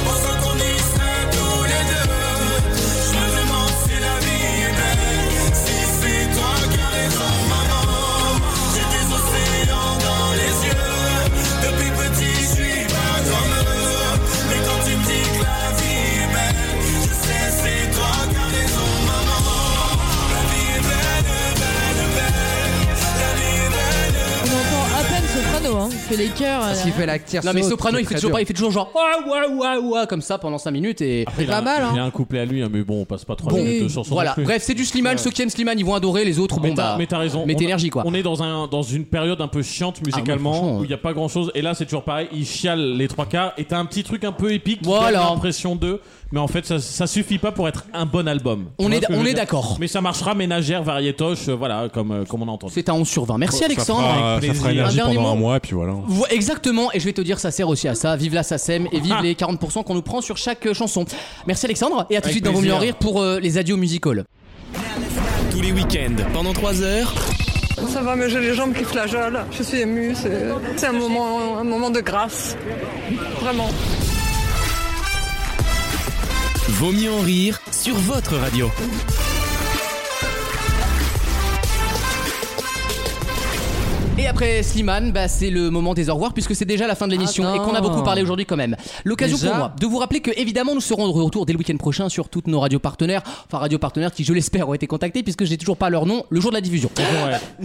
On se connaissait tous les deux. Je me demande si la vie est belle. Si c'est toi qui as raison, maman. J'ai des océans dans les yeux. Depuis petit, je suis pas comme eux. Mais quand tu me dis que la vie est belle, je sais c'est toi qui as raison, maman. La vie est belle, belle, belle. La vie est belle.
On entend à peine Soprano, hein. Il fait les cœurs. euh,
S'il fait la tire
Non mais
saute,
Soprano
c'est
il fait
très
toujours
dur.
pas, il fait toujours genre ouah ouah ouah ouah comme ça pendant 5 minutes et
Après, il a
pas
un-
mal, hein.
Il y a un couplet à lui, hein, mais bon, on passe pas trois
Bon.
minutes euh, de chanson.
voilà.
non plus.
Bref c'est du Slimane, ceux qui aiment Slimane ils vont adorer, les autres
Mais
bon
t'as-
bah
mais t'as raison.
mettez
On-
énergie quoi.
On est dans, un, dans une période un peu chiante
Ah,
musicalement
moi, franchement,
où il n'y a pas grand chose. Et là, c'est toujours pareil. Il chiale les trois quarts. Et t'as un petit truc un peu épique qui
Voilà.
donne l'impression d'eux. Mais en fait, ça, ça suffit pas pour être un bon album. Tu
On est-
vois ce que je veux
on est
dire
d'accord.
Mais ça marchera ménagère, variétoche, euh, voilà, comme, euh, comme on a entendu.
C'est un 11 sur 20. Merci Alexandre.
Ça fera,
Avec
ça fera
plaisir.
énergie
Un dernier
pendant un
mot
mois et puis voilà.
Vo- Exactement, et je vais te dire, ça sert aussi à ça. Vive la SACEM et
Ah.
vive les 40% qu'on nous prend sur chaque euh, chanson. Merci Alexandre, et à tout de
Avec
suite dans Vos Mieux en
plaisir.
Rire pour euh, les adios musicals.
Tous les week-ends, pendant 3 heures.
Ça va, mais j'ai les jambes qui flageolent. Je suis émue. C'est c'est un moment, un moment de grâce. Vraiment.
Vaut mieux en rire sur votre radio.
Et
Et après Slimane, bah, c'est le moment des au revoir puisque c'est déjà la fin de l'émission et
Attends.
qu'on a beaucoup parlé aujourd'hui quand même. L'occasion
Déjà
pour moi de vous rappeler que évidemment nous serons de retour dès le week-end prochain sur toutes nos radios partenaires, enfin radios partenaires qui je l'espère ont été contactés puisque j'ai toujours pas leur nom le jour de la diffusion. (laughs) Ça,
On les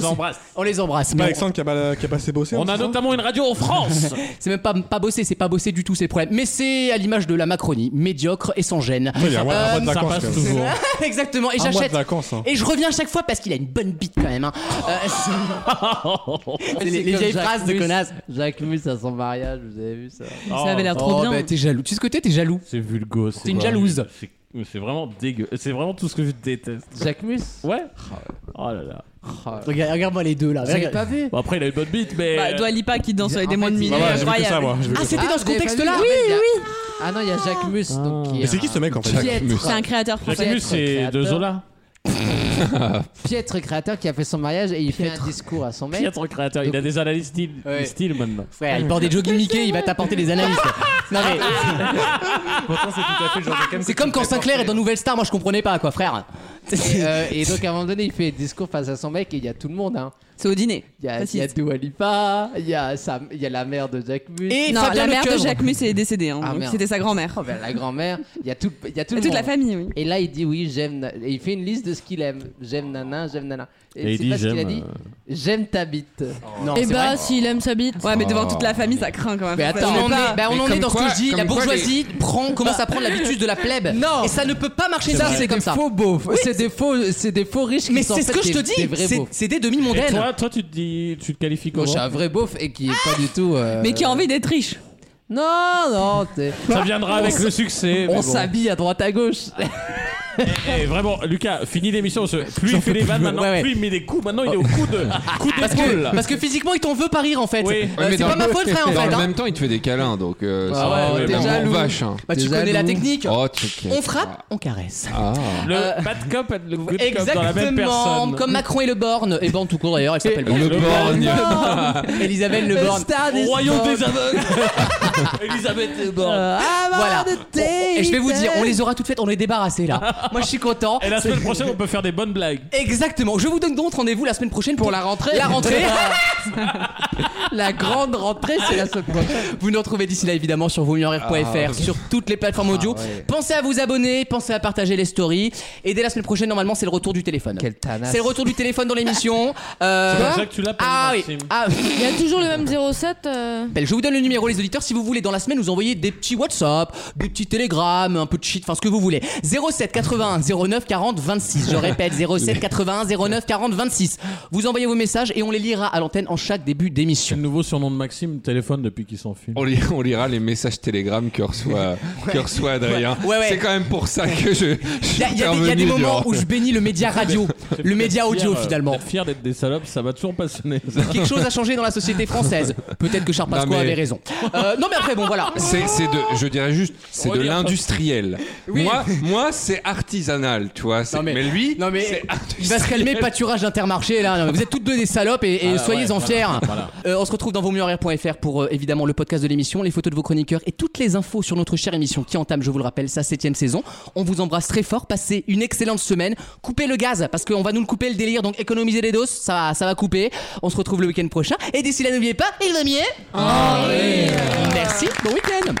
c'est-
embrasse.
On les embrasse.
C'est
mais
pas
on-
Alexandre qui a, pas- qui a passé bosser
On
hein,
a
c'est ça
notamment une radio en France.
c'est même pas pas bossé, c'est pas bossé du tout ces problèmes. Mais c'est à l'image de la Macronie, médiocre et sans gêne.
Très bien, voilà, un mois de
Euh,
vacances,
ça passe
quand même.
toujours. (laughs) Exactement. Et
Un mois de
j'achète.
vacances, hein.
Et je reviens à chaque fois parce qu'il a une bonne bite quand même. hein. Euh, (laughs) c'est- les, les vieilles phrases de connasse.
Jacques Mus à son mariage, vous avez vu ça
(laughs) Ça avait l'air trop bien.
bah,
Oh, t'es jaloux. Tu sais ce que t'es T'es jaloux.
C'est vulgo.
T'es une jalouse.
C'est- C'est vraiment dégueu. C'est vraiment tout ce que je déteste.
Jacques Mus
Ouais. Oh là là.
Regarde- Regarde-moi les deux là.
Vous avez
Regarde.
pas vu
Bon, après, il a une bonne bite, mais.
Bah, Dua Lipa qui danse avec des moines de minuit.
Bah ouais, j'ai vu que
incroyable.
ça, moi, j'ai vu que
Ah, c'était dans ce
vous avez pas vu
contexte-là Ah.
Oui,
Il y a-
oui Ah non, il y a Jacques Mus, donc qui est
Mais c'est qui ce mec en fait
Piètre.
C'est un créateur français.
Jacques Mus, c'est de
créateur.
Zola.
un piètre créateur qui a fait son mariage et il fait un discours à son mec.
Piètre créateur. Il a des analyses style,
Ouais.
style maintenant.
Frère, il porte des jogging Mickey, il va t'apporter
(laughs)
des analyses. Non mais
Ah,
Pourtant, c'est tout à fait le genre de cam
c'est
que
comme quand
tu pourrais
Sinclair est
porter.
dans Nouvelle Star, moi je comprenais pas quoi, frère.
Et, euh, et donc à un moment donné, il fait un discours face à son mec et il y a tout le monde. Hein.
C'est au dîner.
Il y a, il
Facile.
y a Dua Lipa, il y a, sa- il y a la mère de Jacques Mus.
Et
Non,
Fabien
la mère de
Lecoeuvre.
Jacques Mus est décédée. hein,
Ah,
donc
merde.
C'était sa grand-mère.
Oh, ben, la grand-mère, il y a tout, il y a tout
Et
le
toute
monde.
la famille, oui.
Et là, il dit oui, j'aime. na- Et il fait une liste de ce qu'il aime. J'aime nana, j'aime nana.
Et il
c'est
dit,
pas ce qu'il a
j'aime,
dit.
euh,
J'aime ta bite.
Non,
Et
Ah, c'est
bah,
vrai.
s'il aime sa bite.
Ouais, mais devant toute
Oh.
la famille, ça craint quand même.
Mais
Ça,
attends,
c'est
on en
pas-
ben,
est, bah, on
mais
en
comme
est dans
quoi-
ce que je dis,
comme
la
quoi,
bourgeoisie prend, commence à prendre l'habitude de la plèbe.
Non.
Et ça ne peut pas marcher ça, Bah, c'est comme ça.
Faux beauf. C'est des faux, c'est des faux riches qui
Mais
sont
c'est ce
en fait
que je te
des- des
dis,
vrais
c'est-
beaufs.
c'est des
Et
demi-mondaines.
toi, toi, tu te dis, tu te qualifies
Moi, je
comment
suis un vrai beauf et qui est pas du tout. euh,
Mais qui a envie d'être riche.
Non, non. t'es-
Ça viendra avec le succès. mais
On
bon.
s'habille à droite à gauche.
Eh, vraiment, Lucas, fini l'émission. ce- Plus il fait les vannes maintenant,
Ouais, ouais.
plus il met des coups. Maintenant, il est au coup de coup
Parce
d'épaule.
que,
là.
parce que physiquement, il t'en veut pas rire en fait.
Oui.
Euh,
Ouais, mais
c'est
dans-
pas ma faute, frère en
Dans
fait.
le
hein.
même temps, il te fait des câlins, donc. euh,
Ah
c'est-
ouais, ouais,
t'es
bon.
vraiment
jaloux.
vache. hein.
Bah, tu
T'es
connais la
jaloux.
technique.
Oh, t'inquiète.
On frappe, on caresse.
Ah.
Le
euh,
bad cop et le good cop dans la même
Exactement,
personne.
comme Macron et Le Born. Et Born tout court d'ailleurs, elle
(laughs)
s'appelle
Le
Born. (laughs)
borgne.
Elisabeth Le Born.
Royaume des
(laughs)
aveugles. Elisabeth Borne.
Voilà. Et je vais vous dire, on les aura toutes faites, on les débarrassés
(laughs)
là. Moi je suis content.
Et la semaine prochaine, on peut faire des bonnes blagues.
Exactement. Je vous donne donc rendez-vous la semaine prochaine pour, la rentrée. La (laughs) rentrée.
La grande rentrée, c'est la semaine prochaine.
vous nous retrouvez d'ici là évidemment sur vosmieuxenrire.fr,
Ah,
sur toutes les plateformes audio. Pensez à vous abonner, pensez à partager les stories. Et dès la semaine prochaine, normalement, c'est le retour du téléphone.
Quelle tanasse.
C'est le retour du téléphone dans l'émission. Euh,
(laughs) C'est pour ça que tu l'appelles,
Ah oui.
Maxime.
Ah,
Il y a toujours le même 07. euh,
Belle, Je vous donne le numéro, les auditeurs, si vous voulez, dans la semaine, nous envoyer des petits WhatsApp, des petits télégrammes, un peu de shit, enfin ce que vous voulez. 07 81 09 40 26. Je répète,
(laughs)
07 81 09 40 26. Vous envoyez vos messages et on les lira à l'antenne en chaque début d'émission.
Le nouveau surnom de Maxime, téléphone depuis qu'il s'enfuit.
On, lit- on lira les messages Telegram que reçoit, que reçoit Adrien.
Ouais, ouais.
C'est quand même pour ça que je.
Il y a, il y a des- il y a des moments où je bénis
(laughs)
le média radio, le média audio
euh.
finalement.
Fier d'être des salopes, ça m'a toujours (laughs) passionné.
Quelque chose a changé dans la société française. Peut-être que Charles
Non,
Pasqua
mais-
avait raison. Euh, non mais après bon voilà.
C'est c'est de, je dirais juste, c'est de
Relire.
l'industriel. Moi, moi c'est artisanal, tu vois. c'est-
Non, mais-
mais, lui,
Non mais
c'est
il va se
(laughs)
calmer pâturage d'intermarché là. Non, Vous êtes toutes deux des salopes et, et
Ah,
soyez
ouais,
en
voilà,
fiers.
voilà.
Euh, on se retrouve dans vosmieuxenrire.fr pour euh, évidemment le podcast de l'émission, les photos de vos chroniqueurs et toutes les infos sur notre chère émission qui entame, je vous le rappelle, sa septième saison. On vous embrasse très fort, passez une excellente semaine, coupez le gaz parce qu'on va nous le couper le délire, donc économisez les doses, ça va, ça va couper. On se retrouve le week-end prochain et d'ici là n'oubliez pas, il vaut mieux. Merci, bon week-end.